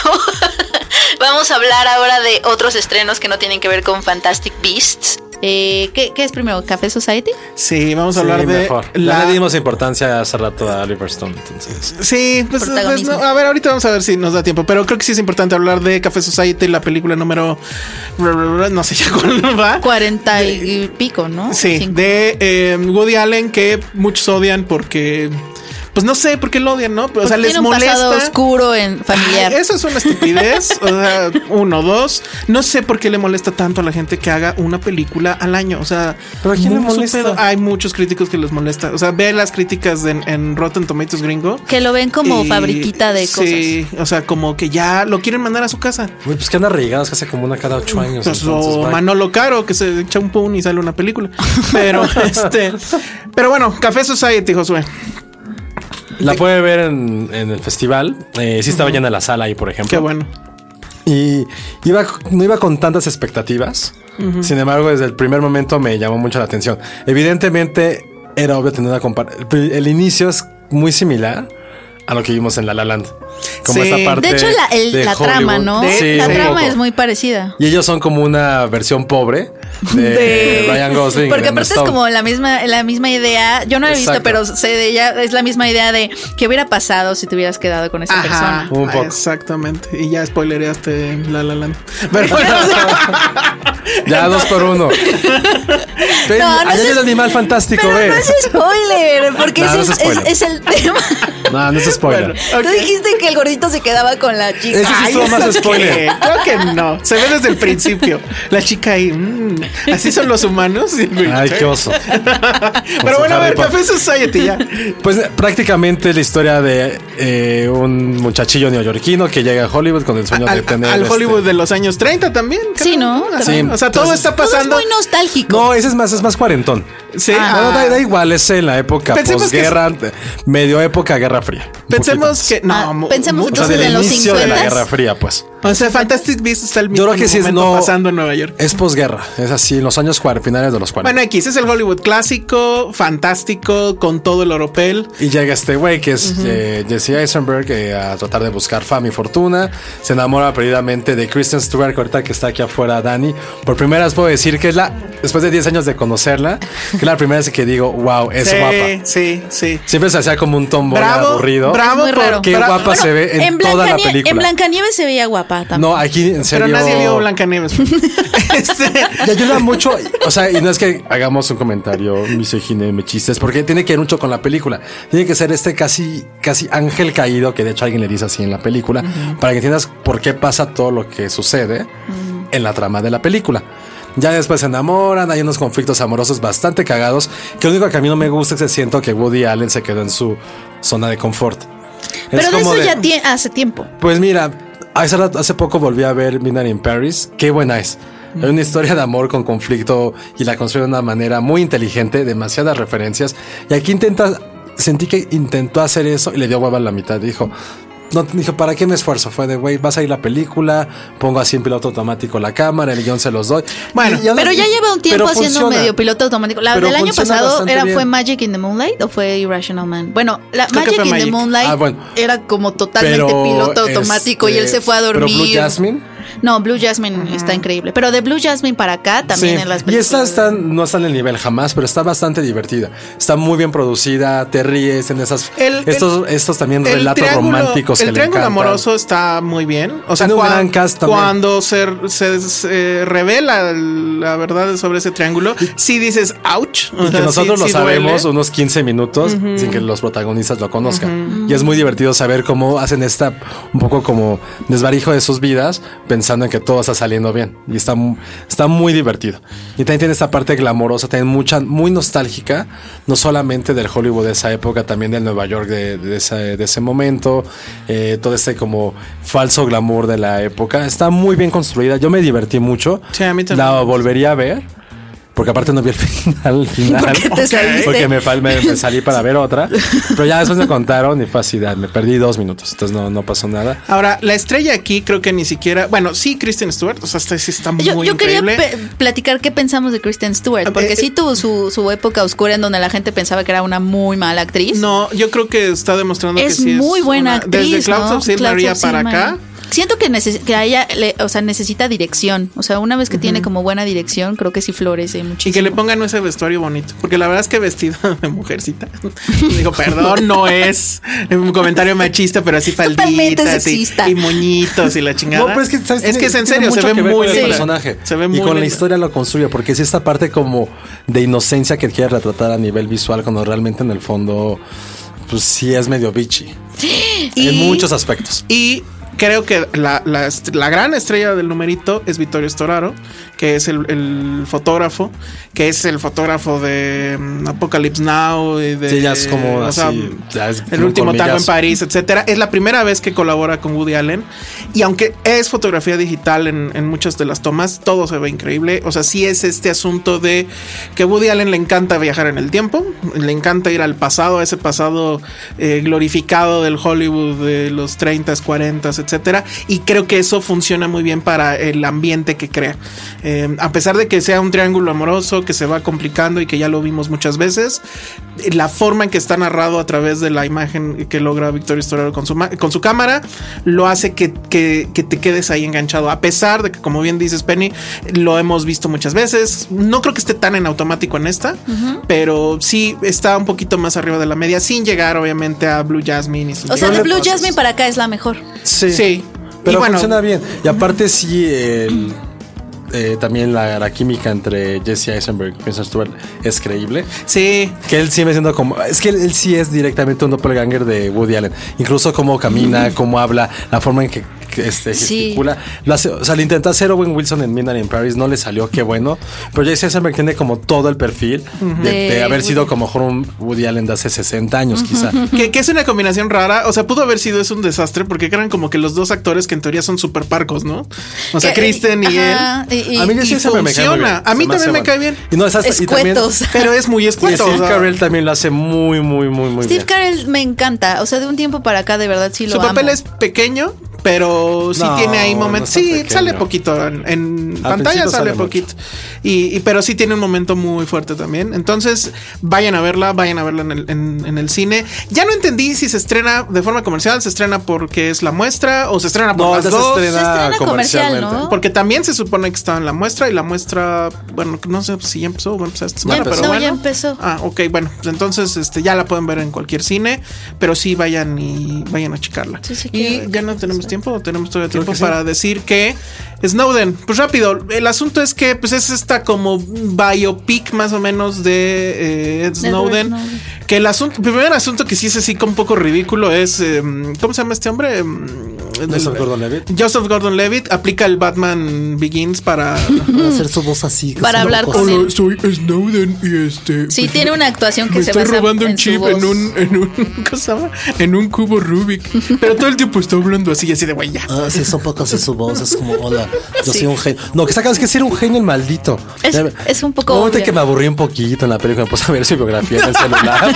Speaker 3: Vamos a hablar ahora de otros estrenos que no tienen que ver con Fantastic Beasts. Eh, ¿qué, qué es primero? ¿Café Society?
Speaker 4: Sí, vamos a
Speaker 2: Sí,
Speaker 4: hablar de
Speaker 2: mejor. Ya
Speaker 4: la
Speaker 2: le dimos importancia hace rato a Oliver Stone, entonces.
Speaker 4: Sí, pues, pues,
Speaker 3: Protagonismo.
Speaker 4: no, a ver, ahorita vamos a ver si nos da tiempo, pero creo que sí es importante hablar de Café Society, la película número no sé ya cuál va.
Speaker 3: Cuarenta y pico, ¿no?
Speaker 4: Sí,
Speaker 3: Cinco.
Speaker 4: de eh, Woody Allen que muchos odian porque pues no sé por qué lo odian, ¿no? Pero, o sea,
Speaker 3: Porque
Speaker 4: les
Speaker 3: tiene un
Speaker 4: molesta.
Speaker 3: pasado oscuro en familiar.
Speaker 4: Ay, Eso es una estupidez. o sea, uno, dos. No sé por qué le molesta tanto a la gente que haga una película al año. O sea,
Speaker 2: ¿Pero a quién le
Speaker 4: muy su
Speaker 2: molesta?
Speaker 4: pedo. Hay muchos críticos que les molesta. O sea, ve las críticas en, en Rotten Tomatoes gringo.
Speaker 3: Que lo ven como
Speaker 4: Y-
Speaker 3: fabriquita de cosas.
Speaker 4: Sí, o sea, como que ya lo quieren mandar a su casa.
Speaker 2: Güey, pues que anda rellegados casi como una cada ocho años.
Speaker 4: Pues,
Speaker 2: entonces,
Speaker 4: o
Speaker 2: va.
Speaker 4: Manolo Caro, que se echa un pun y sale una película. Pero este. Pero bueno, Café Society, Josué.
Speaker 2: La puede ver en, en el festival. Eh, sí estaba llena la sala ahí, por ejemplo.
Speaker 4: Qué bueno.
Speaker 2: Y iba, no iba con tantas expectativas. Sin embargo, desde el primer momento me llamó mucho la atención. Evidentemente, era obvio tener una comparación. El inicio es muy similar a lo que vimos en La La Land. Como
Speaker 4: Sí.
Speaker 2: esta parte.
Speaker 3: De hecho, la, el-
Speaker 2: de
Speaker 3: la trama,
Speaker 2: Hollywood.
Speaker 3: ¿no?
Speaker 2: Sí,
Speaker 3: la
Speaker 2: un
Speaker 3: trama
Speaker 2: poco.
Speaker 3: es muy parecida.
Speaker 2: Y ellos son como una versión pobre de, Eh, Ryan Gosling. y
Speaker 3: Eh, Porque
Speaker 2: Emma
Speaker 3: aparte es
Speaker 2: Stone.
Speaker 3: como la misma, la misma idea. Yo no la he visto,
Speaker 2: Exacto.
Speaker 3: pero sé de ella. Es la misma idea de qué hubiera pasado si te hubieras quedado con esa persona.
Speaker 2: Un poco.
Speaker 4: Exactamente. Y ya spoilereaste La La Land. Pero bueno,
Speaker 2: Ya dos por uno. Ven,
Speaker 3: No, no
Speaker 2: allá
Speaker 3: es
Speaker 2: hay el
Speaker 3: es-
Speaker 2: animal fantástico,
Speaker 3: Pero
Speaker 2: ve.
Speaker 3: no es spoiler, porque
Speaker 2: No,
Speaker 3: es,
Speaker 2: no
Speaker 3: el,
Speaker 2: es spoiler.
Speaker 3: es- es el tema.
Speaker 2: No, no es spoiler.
Speaker 3: Tú dijiste que el gordito se quedaba con la chica.
Speaker 2: Ese sí
Speaker 3: Ay,
Speaker 2: estuvo más spoiler.
Speaker 4: Eh, creo que no. Se ve desde el principio. La chica ahí. mm, Así son los humanos.
Speaker 2: Ay, qué oso.
Speaker 4: Pero bueno, a ver,
Speaker 2: Harry Potter.
Speaker 4: Café Society ya.
Speaker 2: Pues eh, prácticamente es la historia de eh, un muchachillo neoyorquino que llega a Hollywood con el sueño de
Speaker 4: Al,
Speaker 2: tener.
Speaker 4: al
Speaker 2: este-
Speaker 4: Hollywood de los años 30 también. creo,
Speaker 3: Sí, ¿no?
Speaker 4: Así.
Speaker 2: Sí.
Speaker 4: O sea, todo
Speaker 2: Entonces,
Speaker 4: está
Speaker 3: todo es
Speaker 4: pasando.
Speaker 3: muy nostálgico.
Speaker 2: No, ese es más, es más cuarentón.
Speaker 4: Sí. Ah.
Speaker 2: Bueno, da, da igual, es en la época
Speaker 4: Pensemos que es-
Speaker 2: posguerra, ante- medio época Guerra Fría. Un
Speaker 4: Pensemos
Speaker 2: poquito.
Speaker 4: que. No,
Speaker 3: Ah,
Speaker 4: mu-
Speaker 3: pensemos
Speaker 4: mu-
Speaker 2: O sea,
Speaker 3: entonces
Speaker 2: del
Speaker 3: de los
Speaker 2: inicio de la
Speaker 3: 50s.
Speaker 2: Guerra Fría, pues.
Speaker 4: O sea, Fantastic Beasts está el mismo
Speaker 2: Yo creo que sí es
Speaker 4: momento
Speaker 2: no.
Speaker 4: pasando en Nueva York.
Speaker 2: Es posguerra. Es así, en los años cuar- finales de los 40.
Speaker 4: Bueno, X es el Hollywood clásico, fantástico, con todo el oropel.
Speaker 2: Y llega este güey que es eh, Jesse Eisenberg eh, a tratar de buscar fama y fortuna. Se enamora perdidamente de Kristen Stewart, que ahorita que está aquí afuera, Dani. Por primera vez puedo decir que es la, después de 10 años de conocerla, que es la primera vez que digo, wow, es
Speaker 4: sí,
Speaker 2: guapa.
Speaker 4: sí, sí.
Speaker 2: Siempre se hacía como un tomboy
Speaker 4: Bravo,
Speaker 2: aburrido.
Speaker 4: bravo
Speaker 3: Muy
Speaker 4: por-
Speaker 3: raro.
Speaker 2: Qué
Speaker 4: bra-
Speaker 2: guapa se ve en, toda la
Speaker 3: Blancanie-
Speaker 2: película.
Speaker 3: En Blancanieves se veía guapa también.
Speaker 2: no, aquí en serio.
Speaker 4: Pero nadie vio Blancanieves. este,
Speaker 2: Y ayuda mucho, o sea, y no es que hagamos un comentario misógino y mechistes, porque tiene que ver mucho con la película. Tiene que ser este casi, casi ángel caído, que de hecho alguien le dice así en la película, para que entiendas por qué pasa todo lo que sucede en la trama de la película. Ya después se enamoran, hay unos conflictos amorosos bastante cagados, que lo único que a mí no me gusta es que siento que Woody Allen se quedó en su zona de confort. Es
Speaker 3: pero de
Speaker 2: como
Speaker 3: eso
Speaker 2: de-
Speaker 3: ya tie- hace tiempo.
Speaker 2: pues mira, Hace, rato- hace poco volví a ver Midnight in Paris. Qué buena es. Hay una historia de amor con conflicto y la construye de una manera muy inteligente, demasiadas referencias. Y aquí intenta, sentí que intentó hacer eso y le dio hueva a la mitad. Dijo, no, dijo, ¿para qué me esfuerzo? Fue de, güey, vas a ir la película, pongo así en piloto automático la cámara, el guión se los doy.
Speaker 4: Bueno,
Speaker 2: Y
Speaker 3: Pero ya lleva un tiempo
Speaker 2: pero
Speaker 3: haciendo
Speaker 2: funciona.
Speaker 3: medio piloto automático. La
Speaker 2: Pero
Speaker 3: del año
Speaker 2: funciona
Speaker 3: pasado
Speaker 2: bastante
Speaker 3: era,
Speaker 2: bien.
Speaker 3: fue Magic in the Moonlight o fue Irrational Man. Bueno, la
Speaker 4: Creo que
Speaker 3: Magic in
Speaker 4: fue
Speaker 3: the
Speaker 4: Magic.
Speaker 3: Moonlight
Speaker 2: Ah, bueno.
Speaker 3: era como totalmente
Speaker 2: Pero,
Speaker 3: piloto automático y
Speaker 2: este,
Speaker 3: él se fue a
Speaker 2: pero
Speaker 3: dormir.
Speaker 2: Blue Jasmine.
Speaker 3: No, Blue Jasmine está increíble. Pero de Blue Jasmine para acá también
Speaker 2: Sí,
Speaker 3: en las
Speaker 2: Y esta
Speaker 3: películas.
Speaker 2: está- no está en el nivel jamás, pero está bastante divertida. Está muy bien producida, te ríes en esas.
Speaker 4: El-
Speaker 2: estos, estos también
Speaker 4: El
Speaker 2: relatos
Speaker 4: triángulo-
Speaker 2: románticos que
Speaker 4: El
Speaker 2: le
Speaker 4: triángulo
Speaker 2: encantan.
Speaker 4: amoroso está muy bien. O sea,
Speaker 2: Tiene un
Speaker 4: cuan-
Speaker 2: gran cast también.
Speaker 4: cuando se, se- se revela la verdad sobre ese triángulo, sí dices ouch.
Speaker 2: Y que nosotros lo sabemos unos 15 minutos sin que los protagonistas lo conozcan. Y es muy divertido saber cómo hacen esta un poco como desvarijo de sus vidas pensando en que todo está saliendo bien. Y está, mu- está muy divertido. Y también tiene esta parte glamorosa, también mucha, muy nostálgica, no solamente del Hollywood de esa época, también del Nueva York de, de ese, de ese momento, eh, todo este como falso glamour de la época. Está muy bien construida, yo me divertí mucho.
Speaker 4: Sí, a mí también.
Speaker 2: La volvería a ver. Porque aparte no vi el final. el final.
Speaker 3: ¿Por qué te
Speaker 2: Ok.
Speaker 3: saliste?
Speaker 2: Porque me, fal- me- me salí para ver otra. Pero ya después me contaron y fue así, ya, me perdí dos minutos. Entonces no, no pasó nada.
Speaker 4: Ahora, la estrella aquí creo que ni siquiera. Bueno, sí, Kristen Stewart. O sea, esta sí está muy
Speaker 3: Yo, yo quería
Speaker 4: increíble.
Speaker 3: pe- platicar qué pensamos de Kristen
Speaker 2: Ah,
Speaker 3: Stewart, porque
Speaker 4: eh,
Speaker 3: sí tuvo su, su época oscura en donde la gente pensaba que era una muy mala actriz.
Speaker 4: No, yo creo que está demostrando
Speaker 3: es
Speaker 4: que sí
Speaker 3: muy
Speaker 4: es
Speaker 3: buena
Speaker 4: una-
Speaker 3: actriz.
Speaker 4: Desde Clouds
Speaker 3: ¿no?
Speaker 4: of Silver
Speaker 3: Clouds
Speaker 4: Maria
Speaker 3: of
Speaker 4: para
Speaker 3: Silver.
Speaker 4: acá.
Speaker 3: Siento que, neces- que a ella le- o sea, necesita dirección. O sea, una vez que tiene como buena dirección, creo que sí florece muchísimo.
Speaker 4: Y que le pongan ese vestuario bonito. Porque la verdad es que vestido de mujercita. Digo, perdón, no es un comentario machista, pero así
Speaker 3: Totalmente
Speaker 4: falditas y,
Speaker 3: sexista.
Speaker 4: y moñitos y la chingada.
Speaker 2: No, pero es que, ¿sabes?
Speaker 4: es,
Speaker 2: Tiene-
Speaker 4: que es en
Speaker 2: tiene
Speaker 4: serio, se
Speaker 2: mucho
Speaker 4: ve
Speaker 2: que ver
Speaker 4: muy
Speaker 2: con el
Speaker 4: linda.
Speaker 2: personaje.
Speaker 4: Se ve
Speaker 2: y
Speaker 4: muy
Speaker 2: con la
Speaker 4: linda.
Speaker 2: historia lo construye, porque es esta parte como de inocencia que quiere retratar a nivel visual, cuando realmente en el fondo, pues sí es medio bitchy. En muchos aspectos.
Speaker 4: Y creo que la, la est- la gran estrella del numerito es Vittorio Storaro, que es el, el fotógrafo, que es el fotógrafo de mm, Apocalypse Now y de
Speaker 2: Sí, ya es como
Speaker 4: o
Speaker 2: así,
Speaker 4: sea,
Speaker 2: ya es
Speaker 4: el
Speaker 2: un
Speaker 4: último tango en
Speaker 2: colmillazo.
Speaker 4: París, etcétera. Es la primera vez que colabora con Woody Allen y aunque es fotografía digital en, en muchas de las tomas, todo se ve increíble. O sea, sí es este asunto de que Woody Allen le encanta viajar en el tiempo, le encanta ir al pasado, a ese pasado eh, glorificado del Hollywood de los 30s, 40s, etcétera. Y creo que eso funciona muy bien para el ambiente que crea. Eh, a pesar de que sea un triángulo amoroso que se va complicando y que ya lo vimos muchas veces, eh, la forma en que está narrado a través de la imagen que logra Victoria Storaro con su, ma- con su cámara lo hace que, que- que te quedes ahí enganchado. A pesar de que, como bien dices, Penny, lo hemos visto muchas veces. No creo que esté tan en automático en esta, pero sí está un poquito más arriba de la media, sin llegar, obviamente, a Blue Jasmine. Y sus
Speaker 3: o sea, de
Speaker 4: demás
Speaker 3: Blue
Speaker 4: cosas.
Speaker 3: Jasmine para acá es la mejor.
Speaker 2: Sí.
Speaker 4: Sí.
Speaker 2: Pero
Speaker 4: Y bueno-
Speaker 2: funciona bien. Y aparte sí, el- eh, también la, la química entre Jesse Eisenberg y Kristen Stewart es creíble.
Speaker 4: Sí,
Speaker 2: Que él sigue siendo como... Es que él, él sí es directamente un doppelganger de Woody Allen. Incluso cómo camina, cómo habla, la forma en que, que, este,
Speaker 3: Sí.
Speaker 2: gesticula. Lo hace- o sea, lo intentó hacer Owen Wilson en Midnight in Paris, no le salió, qué bueno. Pero Jesse Eisenberg tiene como todo el perfil de,
Speaker 3: De
Speaker 2: de haber
Speaker 3: Woody-
Speaker 2: sido como mejor un Woody Allen de hace 60 años quizá.
Speaker 4: Que, que es una combinación rara. O sea, pudo haber sido es un desastre porque eran como que los dos actores que en teoría son súper parcos, ¿no? O sea,
Speaker 3: Eh,
Speaker 4: Kristen y
Speaker 3: ajá,
Speaker 4: él.
Speaker 3: y- y-
Speaker 2: a mí Jesse
Speaker 4: y
Speaker 2: Eisenberg me cae muy bien.
Speaker 4: funciona. A mí
Speaker 2: Se hace
Speaker 4: también
Speaker 2: bueno.
Speaker 4: me cae bien.
Speaker 2: Y no, esas- y también-
Speaker 3: Escuetos.
Speaker 4: Pero es muy
Speaker 2: Y
Speaker 4: escueto. o
Speaker 2: Steve
Speaker 4: sea,
Speaker 2: Carell también lo hace muy, muy, muy, muy
Speaker 3: Steve
Speaker 2: bien.
Speaker 3: Carell me encanta. O sea, de un tiempo para acá de verdad sí lo
Speaker 4: Su papel
Speaker 3: amo.
Speaker 4: es pequeño, pero sí
Speaker 2: No,
Speaker 4: tiene ahí momentos.
Speaker 2: no es tan
Speaker 4: sí,
Speaker 2: pequeño.
Speaker 4: sale poquito. En, en
Speaker 2: Al
Speaker 4: pantalla
Speaker 2: principio
Speaker 4: sale
Speaker 2: sale mucho.
Speaker 4: poquito. Y, y- pero sí tiene un momento muy fuerte también. Entonces, vayan a verla, vayan a verla en el, en- en el cine. Ya no entendí si se estrena de forma comercial, se estrena porque es la muestra o se estrena por
Speaker 2: No,
Speaker 4: las
Speaker 2: ya se
Speaker 4: dos.
Speaker 2: estrena
Speaker 3: Se estrena comercial,
Speaker 2: comercialmente.
Speaker 3: ¿no?
Speaker 4: Porque también se supone que estaba en la muestra y la muestra, bueno, no sé si ya empezó o va a empezar esta
Speaker 3: Ya
Speaker 4: semana,
Speaker 3: empezó.
Speaker 4: pero
Speaker 3: No,
Speaker 4: bueno.
Speaker 3: ya empezó.
Speaker 4: Ah, ok, bueno, pues entonces este, ya la pueden ver en cualquier cine, pero sí vayan y vayan a checarla.
Speaker 3: Sí, sí,
Speaker 4: y
Speaker 3: quiero ver.
Speaker 4: ya no tenemos tiempo, ¿O tenemos todavía
Speaker 2: Creo
Speaker 4: tiempo
Speaker 2: que sí.
Speaker 4: para decir que Snowden, pues rápido, el asunto es que pues es esta como biopic más o menos de eh, Ed Snowden,
Speaker 3: Snowden.
Speaker 4: que el asunto, primer asunto que sí es así como un poco ridículo es, em, ¿cómo se llama este hombre? Em,
Speaker 2: Joseph
Speaker 4: el-
Speaker 2: Gordon-Levitt.
Speaker 4: Joseph Gordon-Levitt aplica el Batman Begins para
Speaker 2: hacer su voz así.
Speaker 3: Para hablar con él.
Speaker 4: soy Snowden y este
Speaker 3: Sí, tiene una actuación que
Speaker 4: me
Speaker 3: se
Speaker 4: estoy
Speaker 3: basa
Speaker 4: robando un
Speaker 3: en su
Speaker 4: chip
Speaker 3: voz.
Speaker 4: en un en un ¿cómo se llama? en un cubo Rubik, pero todo el tiempo está hablando así, y así así de güey, ya.
Speaker 5: Ah, sí, son pocos en su voz. Es como, hola, yo
Speaker 3: Sí.
Speaker 5: soy un genio. No, que sacas que sí era un genio el maldito.
Speaker 3: Es-
Speaker 5: Ya me-
Speaker 3: es un poco
Speaker 5: Hubo un momento
Speaker 3: obvio.
Speaker 5: que me aburrí un poquito en la película, me puse a ver su biografía en el celular.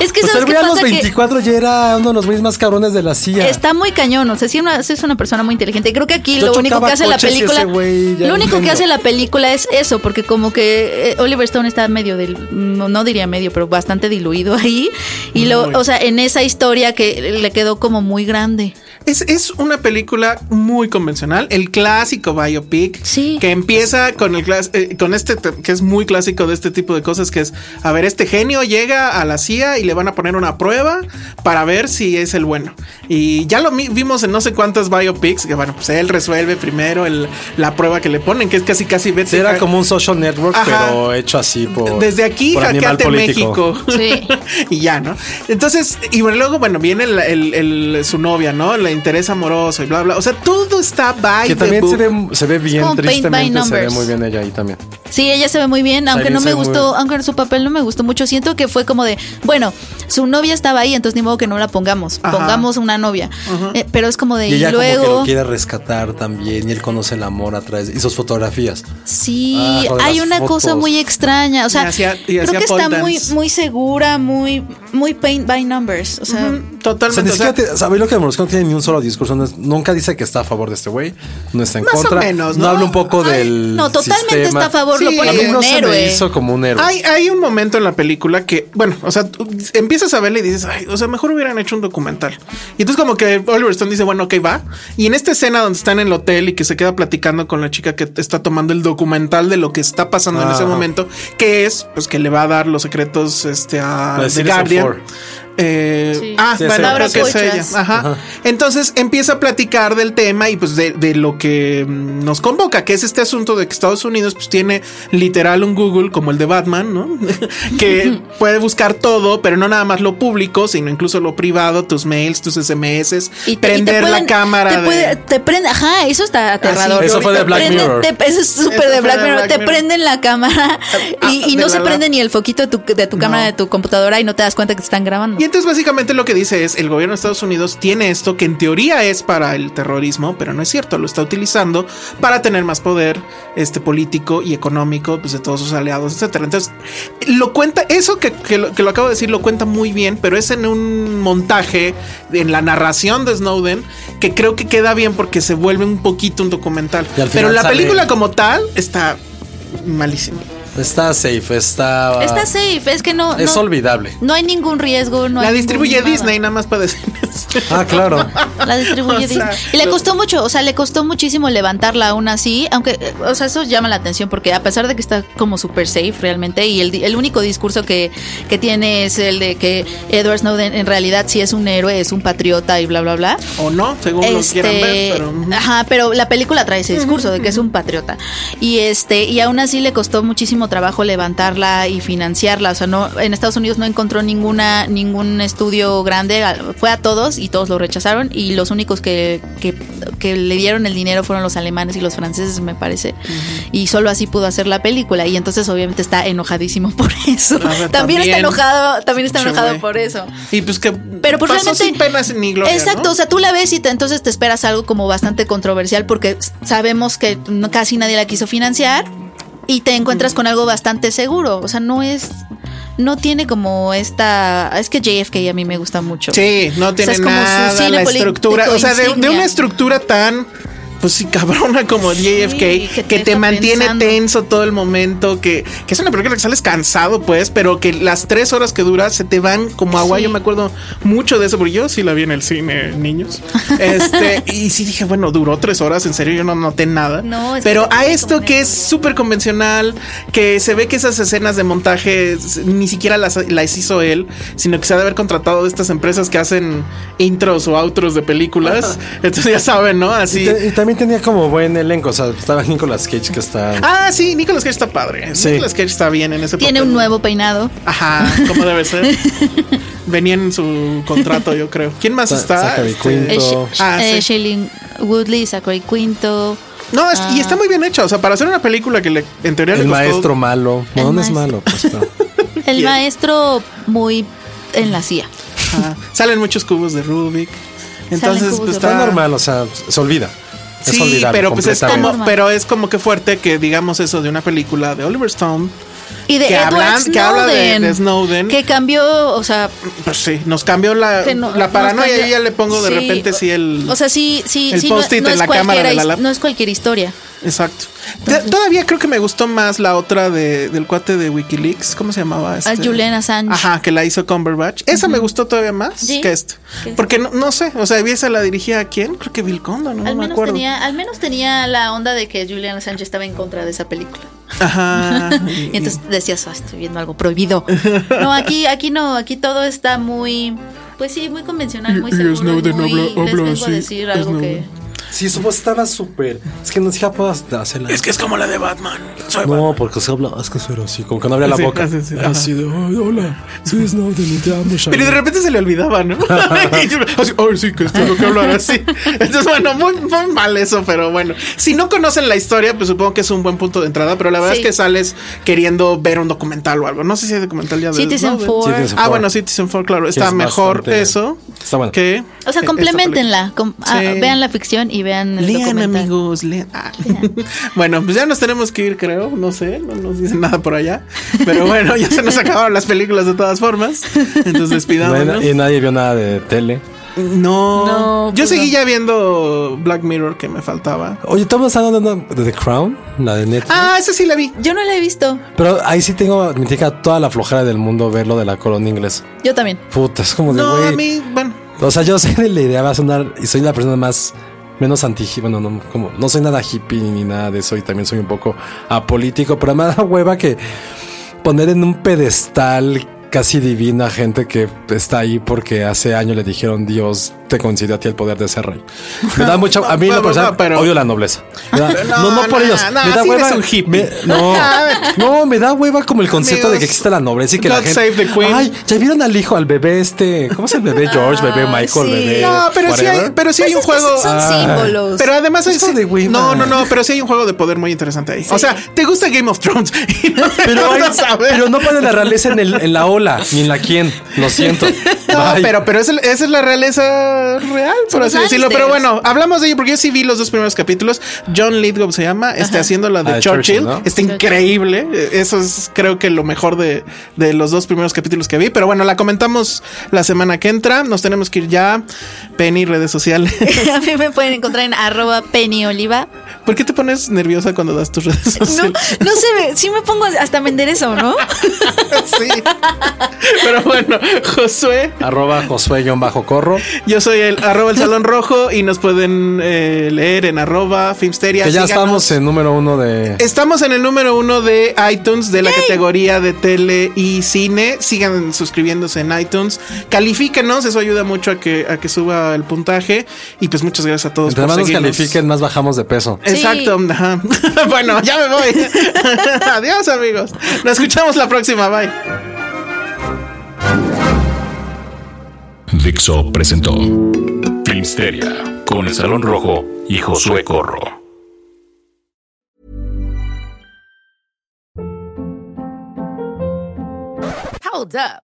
Speaker 3: Es que
Speaker 5: O sea,
Speaker 3: sabes
Speaker 5: el
Speaker 3: qué
Speaker 5: güey a los
Speaker 3: pasa que
Speaker 5: 24 ya era uno de los güeyes más cabrones de la CIA.
Speaker 3: Está muy cañón, o sea, sí, una- sí es una persona muy inteligente. Y Creo que aquí
Speaker 5: Yo
Speaker 3: lo único
Speaker 5: chocaba
Speaker 3: que hace la
Speaker 5: coches y
Speaker 3: película,
Speaker 5: ese güey ya
Speaker 3: lo único que
Speaker 5: entiendo.
Speaker 3: hace la película es eso, porque como que eh, Oliver Stone está medio del, no, no diría medio, pero bastante diluido ahí. Y lo, o sea, en esa historia que le quedó como muy grande.
Speaker 4: Es, es una película muy convencional, el clásico biopic,
Speaker 3: Sí.
Speaker 4: que empieza con el clas- eh, con este te- que es muy clásico de este tipo de cosas, que es, a ver, este genio llega a la CIA y le van a poner una prueba para ver si es el bueno. Y ya lo mi- vimos en no sé cuántas biopics, que bueno, pues él resuelve primero el- la prueba que le ponen, que es casi casi vete
Speaker 5: Sí, era
Speaker 4: a-
Speaker 5: como un social network,
Speaker 4: Ajá.
Speaker 5: pero hecho así por.
Speaker 4: Eh, desde aquí
Speaker 5: por animal
Speaker 4: hackeate
Speaker 5: político.
Speaker 4: México.
Speaker 3: Sí.
Speaker 4: y ya, ¿no? Entonces, y bueno, luego, bueno, viene el- el- el- su novia, ¿no? La interés amoroso y bla, bla. O sea, todo está by
Speaker 5: Que
Speaker 4: the
Speaker 5: también se
Speaker 4: book.
Speaker 5: ve, se ve bien,
Speaker 3: como paint by
Speaker 5: tristemente. Se ve
Speaker 3: numbers.
Speaker 5: muy bien ella ahí también.
Speaker 3: Sí, ella se ve muy bien, aunque
Speaker 5: También
Speaker 3: no
Speaker 5: se
Speaker 3: me
Speaker 5: ve muy
Speaker 3: gustó,
Speaker 5: bien.
Speaker 3: aunque su papel no me gustó mucho. Siento que fue como de, bueno, su novia estaba ahí, entonces ni modo que no la pongamos,
Speaker 4: Ajá.
Speaker 3: pongamos una novia. Eh, pero es como de,
Speaker 5: Y
Speaker 3: y
Speaker 5: ella como que
Speaker 3: luego...
Speaker 5: lo quiere rescatar también. Y él conoce el amor a través. Y sus fotografías.
Speaker 3: Sí,
Speaker 5: Ah, lo de
Speaker 3: hay
Speaker 5: las
Speaker 3: una cosa
Speaker 5: fotos.
Speaker 3: muy extraña. O sea,
Speaker 4: Y hacía- y
Speaker 3: creo
Speaker 4: hacía
Speaker 3: que
Speaker 4: pole
Speaker 3: está muy,
Speaker 4: dance.
Speaker 3: muy segura, muy, muy paint by numbers. O sea,
Speaker 5: O sea,
Speaker 4: Totalmente.
Speaker 5: ni
Speaker 4: o sea,
Speaker 5: siquiera te- ¿sabéis lo que Molusco no tiene ni un solo discurso? No es- nunca dice que está a favor de este güey, no está en
Speaker 4: Más o
Speaker 5: contra.
Speaker 4: menos, ¿no?
Speaker 5: habla un poco
Speaker 3: Ay,
Speaker 5: del.
Speaker 3: no, totalmente
Speaker 5: sistema.
Speaker 3: está a favor,
Speaker 4: lo pone
Speaker 5: a mí
Speaker 4: como
Speaker 5: no
Speaker 3: un
Speaker 5: se me
Speaker 3: héroe.
Speaker 5: hizo como un héroe.
Speaker 4: Hay, hay un momento en la película que, bueno, o sea, tú empiezas a verla y dices, ay, o sea, mejor hubieran hecho un documental. Y entonces como que Oliver Stone dice, bueno, ok, va. Y en esta escena donde están en el hotel y que se queda platicando con la chica que está tomando el documental de lo que está pasando en ese
Speaker 5: Ajá.
Speaker 4: momento, que es, pues, que le va a dar los secretos este, a
Speaker 5: La de
Speaker 4: The
Speaker 5: Citizen Four.
Speaker 4: Guardian. Eh,
Speaker 3: Sí.
Speaker 4: Ah,
Speaker 5: Sí,
Speaker 4: bueno,
Speaker 5: sí.
Speaker 4: creo que es
Speaker 3: Laura
Speaker 4: ella.
Speaker 3: Poitras.
Speaker 4: Ajá. Entonces empieza a platicar del tema y pues de, de lo que mm, nos convoca, que es este asunto de que Estados Unidos pues tiene literal un Google como el de Batman, ¿no? que puede buscar todo, pero no nada más lo público, sino incluso lo privado, tus mails, tus SMS,
Speaker 3: y te- y te
Speaker 4: prender la
Speaker 3: pueden-
Speaker 4: cámara.
Speaker 3: Te,
Speaker 4: de-
Speaker 3: puede- te prende, ajá, eso está aterrador.
Speaker 5: Eso
Speaker 4: yo
Speaker 5: fue de
Speaker 4: ahorita
Speaker 5: Black
Speaker 3: Prenden-
Speaker 5: Mirror.
Speaker 3: te- eso es súper
Speaker 4: Eso
Speaker 3: de
Speaker 4: fue
Speaker 3: Black
Speaker 4: de
Speaker 3: Mirror.
Speaker 4: Black
Speaker 3: Te
Speaker 4: Mirror.
Speaker 3: prenden la cámara
Speaker 4: Ah,
Speaker 3: y, y
Speaker 4: de
Speaker 3: no se
Speaker 4: la
Speaker 3: prende
Speaker 4: lap.
Speaker 3: ni el foquito de tu, de tu cámara, de tu computadora y no te das cuenta que te están grabando.
Speaker 4: Y entonces básicamente lo que dice es, el gobierno de Estados Unidos tiene esto que en teoría es para el terrorismo, pero no es cierto, lo está utilizando para tener más poder este, político y económico pues, de todos sus aliados, etcétera. Entonces, lo cuenta, eso que, que lo, que lo acabo de decir lo cuenta muy bien, pero es en un montaje, en la narración de Snowden, que creo que queda bien porque se vuelve un poquito un documental.
Speaker 5: Y al final
Speaker 4: Pero la
Speaker 5: sale-
Speaker 4: película como tal está malísima.
Speaker 5: Está safe, está.
Speaker 3: Está safe, es que no.
Speaker 5: Es
Speaker 3: no,
Speaker 5: olvidable.
Speaker 3: no hay ningún riesgo. No
Speaker 4: la
Speaker 3: hay
Speaker 4: distribuye
Speaker 3: ningún nada.
Speaker 4: Disney, nada más para decir eso.
Speaker 5: Ah, claro.
Speaker 3: La distribuye
Speaker 4: O sea,
Speaker 3: Disney. Y le
Speaker 4: lo-
Speaker 3: costó mucho, o sea, le costó muchísimo levantarla aún así, aunque, eh, o sea, eso llama la atención porque a pesar de que está como super safe realmente y el, di- el único discurso que, que tiene es el de que Edward Snowden en realidad sí es un héroe, es un patriota y bla, bla, bla.
Speaker 4: O no, según lo quieran ver,
Speaker 3: ah,
Speaker 4: pero... mm, ujú.
Speaker 3: Este, Ajá, pero la película trae ese discurso de que es un patriota. Y este, y aún así le costó muchísimo trabajo levantarla y financiarla. O sea, no, en Estados Unidos no encontró ninguna, ningún estudio grande. Al- Fue a todos y todos lo rechazaron. Y los únicos que, que, que le dieron el dinero fueron los alemanes y los franceses, me parece. Y solo así pudo hacer la película. Y entonces obviamente está enojadísimo por eso.
Speaker 4: Ah, pero
Speaker 3: también, está
Speaker 4: también.
Speaker 3: enojado, también está
Speaker 4: Che,
Speaker 3: enojado
Speaker 4: güey.
Speaker 3: por eso.
Speaker 4: Y pues que
Speaker 3: Pero pues
Speaker 4: pasó
Speaker 3: realmente-
Speaker 4: sin penas ni gloria.
Speaker 3: Exacto,
Speaker 4: ¿no?
Speaker 3: o sea, tú la ves y te- entonces te esperas algo como bastante controversial porque s- sabemos que no- casi nadie la quiso financiar y te encuentras con algo bastante seguro, o sea, no es no tiene como esta es que JFK a mí me gusta mucho.
Speaker 4: Sí, no tiene
Speaker 3: es como su
Speaker 4: nada
Speaker 3: cine
Speaker 4: la
Speaker 3: político
Speaker 4: estructura. O sea, de, de
Speaker 3: insignia.
Speaker 4: una estructura tan. Pues sí, cabrona como JFK,
Speaker 3: que
Speaker 4: que
Speaker 3: te
Speaker 4: te,
Speaker 3: deja
Speaker 4: mantiene
Speaker 3: pensando.
Speaker 4: tenso todo el momento, que, que es una película que sales cansado, pues, pero que las tres horas que dura se te van como agua.
Speaker 3: Sí.
Speaker 4: Yo me acuerdo mucho de eso, porque yo sí la vi en el cine, niños. Este, y sí dije, bueno, duró tres horas, en serio, yo no noté nada.
Speaker 3: No, es que
Speaker 4: pero
Speaker 3: te
Speaker 4: a
Speaker 3: ponen
Speaker 4: esto
Speaker 3: como
Speaker 4: que es
Speaker 3: nervioso.
Speaker 4: súper convencional, que se ve que esas escenas de montaje s- ni siquiera las, las hizo él, sino que se ha de haber contratado de estas empresas que hacen intros o outros de películas. Entonces ya saben, ¿no?
Speaker 5: Y,
Speaker 4: Así.
Speaker 5: te- y también tenía como buen elenco. O sea, estaba Nicolas Cage que está.
Speaker 4: Ah, sí, Nicolas Cage está padre.
Speaker 5: Sí.
Speaker 4: Nicolas Cage está bien en ese
Speaker 3: Tiene
Speaker 4: papel.
Speaker 3: un nuevo peinado.
Speaker 4: Ajá, como debe ser. Venía en su contrato, yo creo. ¿Quién más
Speaker 5: Sa-
Speaker 4: está?
Speaker 5: Zachary
Speaker 4: Este-
Speaker 5: Quinto.
Speaker 3: Eh, Sh-
Speaker 4: Ah,
Speaker 3: eh,
Speaker 4: sí.
Speaker 3: Shailene Woodley, Zachary Quinto.
Speaker 4: No, es-
Speaker 3: Ah.
Speaker 4: y está muy bien hecho. O sea, para hacer una película que le, en teoría le
Speaker 5: El
Speaker 4: costó-
Speaker 5: maestro malo.
Speaker 3: El
Speaker 5: No, no es
Speaker 3: maestro.
Speaker 5: malo, pues, pero-
Speaker 3: El maestro muy en la CIA.
Speaker 4: Ajá. Salen muchos cubos de Rubik. Entonces,
Speaker 3: cubos
Speaker 4: pues
Speaker 3: de
Speaker 4: está
Speaker 2: Está normal, o sea, se olvida. Es
Speaker 4: Sí,
Speaker 2: olvidable
Speaker 4: pero pues es
Speaker 2: completamente.
Speaker 4: como, pero es como que fuerte que digamos eso de una película de Oliver Stone.
Speaker 3: Y de
Speaker 4: que
Speaker 3: Edward
Speaker 4: hablan-
Speaker 3: Snowden.
Speaker 4: que habla de- de Snowden.
Speaker 3: Que cambió, o sea.
Speaker 4: Pues sí, nos cambió la,
Speaker 3: que no-
Speaker 4: la
Speaker 3: nos
Speaker 4: paranoia.
Speaker 3: cambió-
Speaker 4: Yo ya le pongo de
Speaker 3: Sí,
Speaker 4: repente si el.
Speaker 3: O sea, sí, sí,
Speaker 4: el
Speaker 3: sí. No,
Speaker 4: post-it
Speaker 3: no
Speaker 4: en
Speaker 3: es
Speaker 4: la cámara
Speaker 3: cualquier
Speaker 4: de la
Speaker 3: his-
Speaker 4: lap-
Speaker 3: no es cualquier historia.
Speaker 4: Exacto.
Speaker 3: pues
Speaker 4: Te- Todavía creo que me gustó más la otra de, del cuate de Wikileaks. ¿Cómo se llamaba? Este?
Speaker 3: Julian Assange.
Speaker 4: Ajá, que la hizo Cumberbatch. Esa me gustó todavía más
Speaker 3: Sí.
Speaker 4: que esta.
Speaker 3: ¿Qué?
Speaker 4: Porque no, no sé, o sea, ¿y esa la dirigía a quién? Creo que Bill Condon, no,
Speaker 3: al,
Speaker 4: me
Speaker 3: menos
Speaker 4: acuerdo.
Speaker 3: tenía, al menos tenía la onda de que Julian Assange estaba en contra de esa película.
Speaker 4: Ajá.
Speaker 3: Y entonces decías, "Ah, estoy viendo algo prohibido. No, aquí, aquí no, aquí todo está muy, pues sí, muy convencional, muy
Speaker 4: Y- y
Speaker 3: seguro.
Speaker 4: Snowden
Speaker 3: muy,
Speaker 4: habla-
Speaker 3: les
Speaker 4: habla
Speaker 3: vengo a
Speaker 4: así,
Speaker 3: decir algo
Speaker 4: Snowden.
Speaker 2: Sí, su voz estaba súper. Es que no siquiera puedo hacerla.
Speaker 4: es como la de Batman. Soy
Speaker 2: No, porque se habla, es que suena así, como que no abría la
Speaker 4: Sí,
Speaker 2: boca.
Speaker 4: sí, sí, ajá.
Speaker 2: así de, "Ay, hola, soy Snowden y te amo,
Speaker 4: Pero de
Speaker 2: Sharon".
Speaker 4: repente se le olvidaba, ¿no? Y yo, así, Ay, sí, que esto es lo que hablar así. Entonces, bueno, muy, muy mal eso, pero bueno. Si no conocen la historia, pues supongo que es un buen punto de entrada, pero la verdad
Speaker 3: Sí.
Speaker 4: es que sales queriendo ver un documental o algo. No sé si hay documental ya de
Speaker 3: Citizen
Speaker 4: Snowden.
Speaker 3: Four.
Speaker 2: Citizen
Speaker 4: Ah,
Speaker 2: Four.
Speaker 4: bueno, Citizen Four, claro. Está
Speaker 2: es
Speaker 4: mejor
Speaker 2: bastante-
Speaker 4: eso
Speaker 2: Está bueno.
Speaker 4: que.
Speaker 3: O sea,
Speaker 4: que
Speaker 3: complementenla. com- ah,
Speaker 4: Sí.
Speaker 3: vean la ficción y vean
Speaker 4: esta
Speaker 3: el
Speaker 4: película. Lean,
Speaker 3: documental.
Speaker 4: amigos, lean. Ah. Bueno, pues ya nos tenemos que ir, creo. No sé, no nos dicen nada por allá. Pero bueno, ya se nos acabaron las películas de todas formas. Entonces,
Speaker 2: No
Speaker 4: despidámonos.
Speaker 2: hay na- y nadie vio nada de tele.
Speaker 4: No.
Speaker 3: No,
Speaker 4: Yo
Speaker 3: pues
Speaker 4: seguí ya viendo Black Mirror que me faltaba.
Speaker 2: Oye, ¿tú estás hablando de The Crown? La de Netflix.
Speaker 4: Ah, esa sí la vi.
Speaker 3: Yo no la he visto.
Speaker 2: Pero ahí sí tengo, admitir que toda la flojera del mundo ver lo de la corona inglesa.
Speaker 3: Yo también.
Speaker 2: Puta, es como de,
Speaker 4: No, a
Speaker 2: güey.
Speaker 4: mí, bueno.
Speaker 2: O sea, yo sé de la idea, va a sonar, y soy la persona más, menos anti bueno, no, como, no soy nada hippie ni nada de eso, y también soy un poco apolítico, pero me da hueva que poner en un pedestal casi divina a gente que está ahí porque hace años le dijeron Dios te concedió a ti el poder de ser rey. Me da mucha, a mí
Speaker 4: No,
Speaker 2: lo
Speaker 4: no,
Speaker 2: personal,
Speaker 4: no, pero-
Speaker 2: odio la nobleza. Me da- no, no, por
Speaker 4: no,
Speaker 2: ellos.
Speaker 4: no,
Speaker 2: me da
Speaker 4: sí
Speaker 2: hueva.
Speaker 4: eres un hippie.
Speaker 2: me- no, no, me da hueva como el concepto de que
Speaker 4: Amigos,
Speaker 2: existe la nobleza y que la
Speaker 4: God
Speaker 2: gente.
Speaker 4: save the queen.
Speaker 2: Ay, ¿Ya vieron al hijo, al bebé este? ¿Cómo es el bebé George, bebé Michael,
Speaker 3: sí.
Speaker 2: bebé?
Speaker 4: No, pero sí hay,
Speaker 2: whatever?
Speaker 4: pero sí hay un juego.
Speaker 3: Pues Son símbolos.
Speaker 4: Pero además
Speaker 2: Eso
Speaker 4: es-
Speaker 2: Ah. de hueva.
Speaker 4: No, no, no, pero sí hay un juego de poder muy interesante ahí. O sea, te gusta Game of Thrones. Y no te
Speaker 2: Pero,
Speaker 4: gusta
Speaker 2: ay,
Speaker 4: saber.
Speaker 2: pero no ponen la realeza en, el- en la ola, ni en la quién. Lo siento.
Speaker 4: No,
Speaker 2: Bye.
Speaker 4: pero, pero es el- esa es la realeza real, por
Speaker 3: Son
Speaker 4: así
Speaker 3: los
Speaker 4: decirlo. Pero
Speaker 3: Lannisters.
Speaker 4: bueno, hablamos de ello porque yo sí vi los dos primeros capítulos. John Lithgow se llama, está haciendo la de
Speaker 2: Ah, de
Speaker 4: Churchill.
Speaker 2: Churchill, ¿no?
Speaker 4: Está increíble. Eh, Eso es, creo que, lo mejor de, de los dos primeros capítulos que vi. Pero bueno, la comentamos la semana que entra. Nos tenemos que ir ya. Penny, redes sociales.
Speaker 3: a mí me pueden encontrar en arroba pennyoliva.
Speaker 4: ¿Por qué te pones nerviosa cuando das tus redes
Speaker 3: No,
Speaker 4: sociales?
Speaker 3: no sé, me- sí me pongo hasta me enderezo, ¿no?
Speaker 4: Sí. Pero bueno, Josué.
Speaker 2: Arroba Josué-Corro.
Speaker 4: Yo soy el arroba el salón rojo y nos pueden eh, leer en arroba Filmsteria.
Speaker 2: Que ya
Speaker 4: Síganos.
Speaker 2: estamos en número uno de.
Speaker 4: Estamos en el número uno de iTunes de la categoría de tele y cine. Sigan suscribiéndose en iTunes. Califíquenos, eso ayuda mucho a que, a que suba el puntaje. Y pues muchas gracias a todos
Speaker 2: Entre más nos
Speaker 4: seguirnos.
Speaker 2: califiquen, más bajamos de peso.
Speaker 4: Exacto. ajá. bueno, ya me voy. Adiós, amigos. Nos escuchamos la próxima. Bye.
Speaker 1: Dixo presentó Filmsteria con el Salón Rojo y Josué Corro.
Speaker 6: Hold up.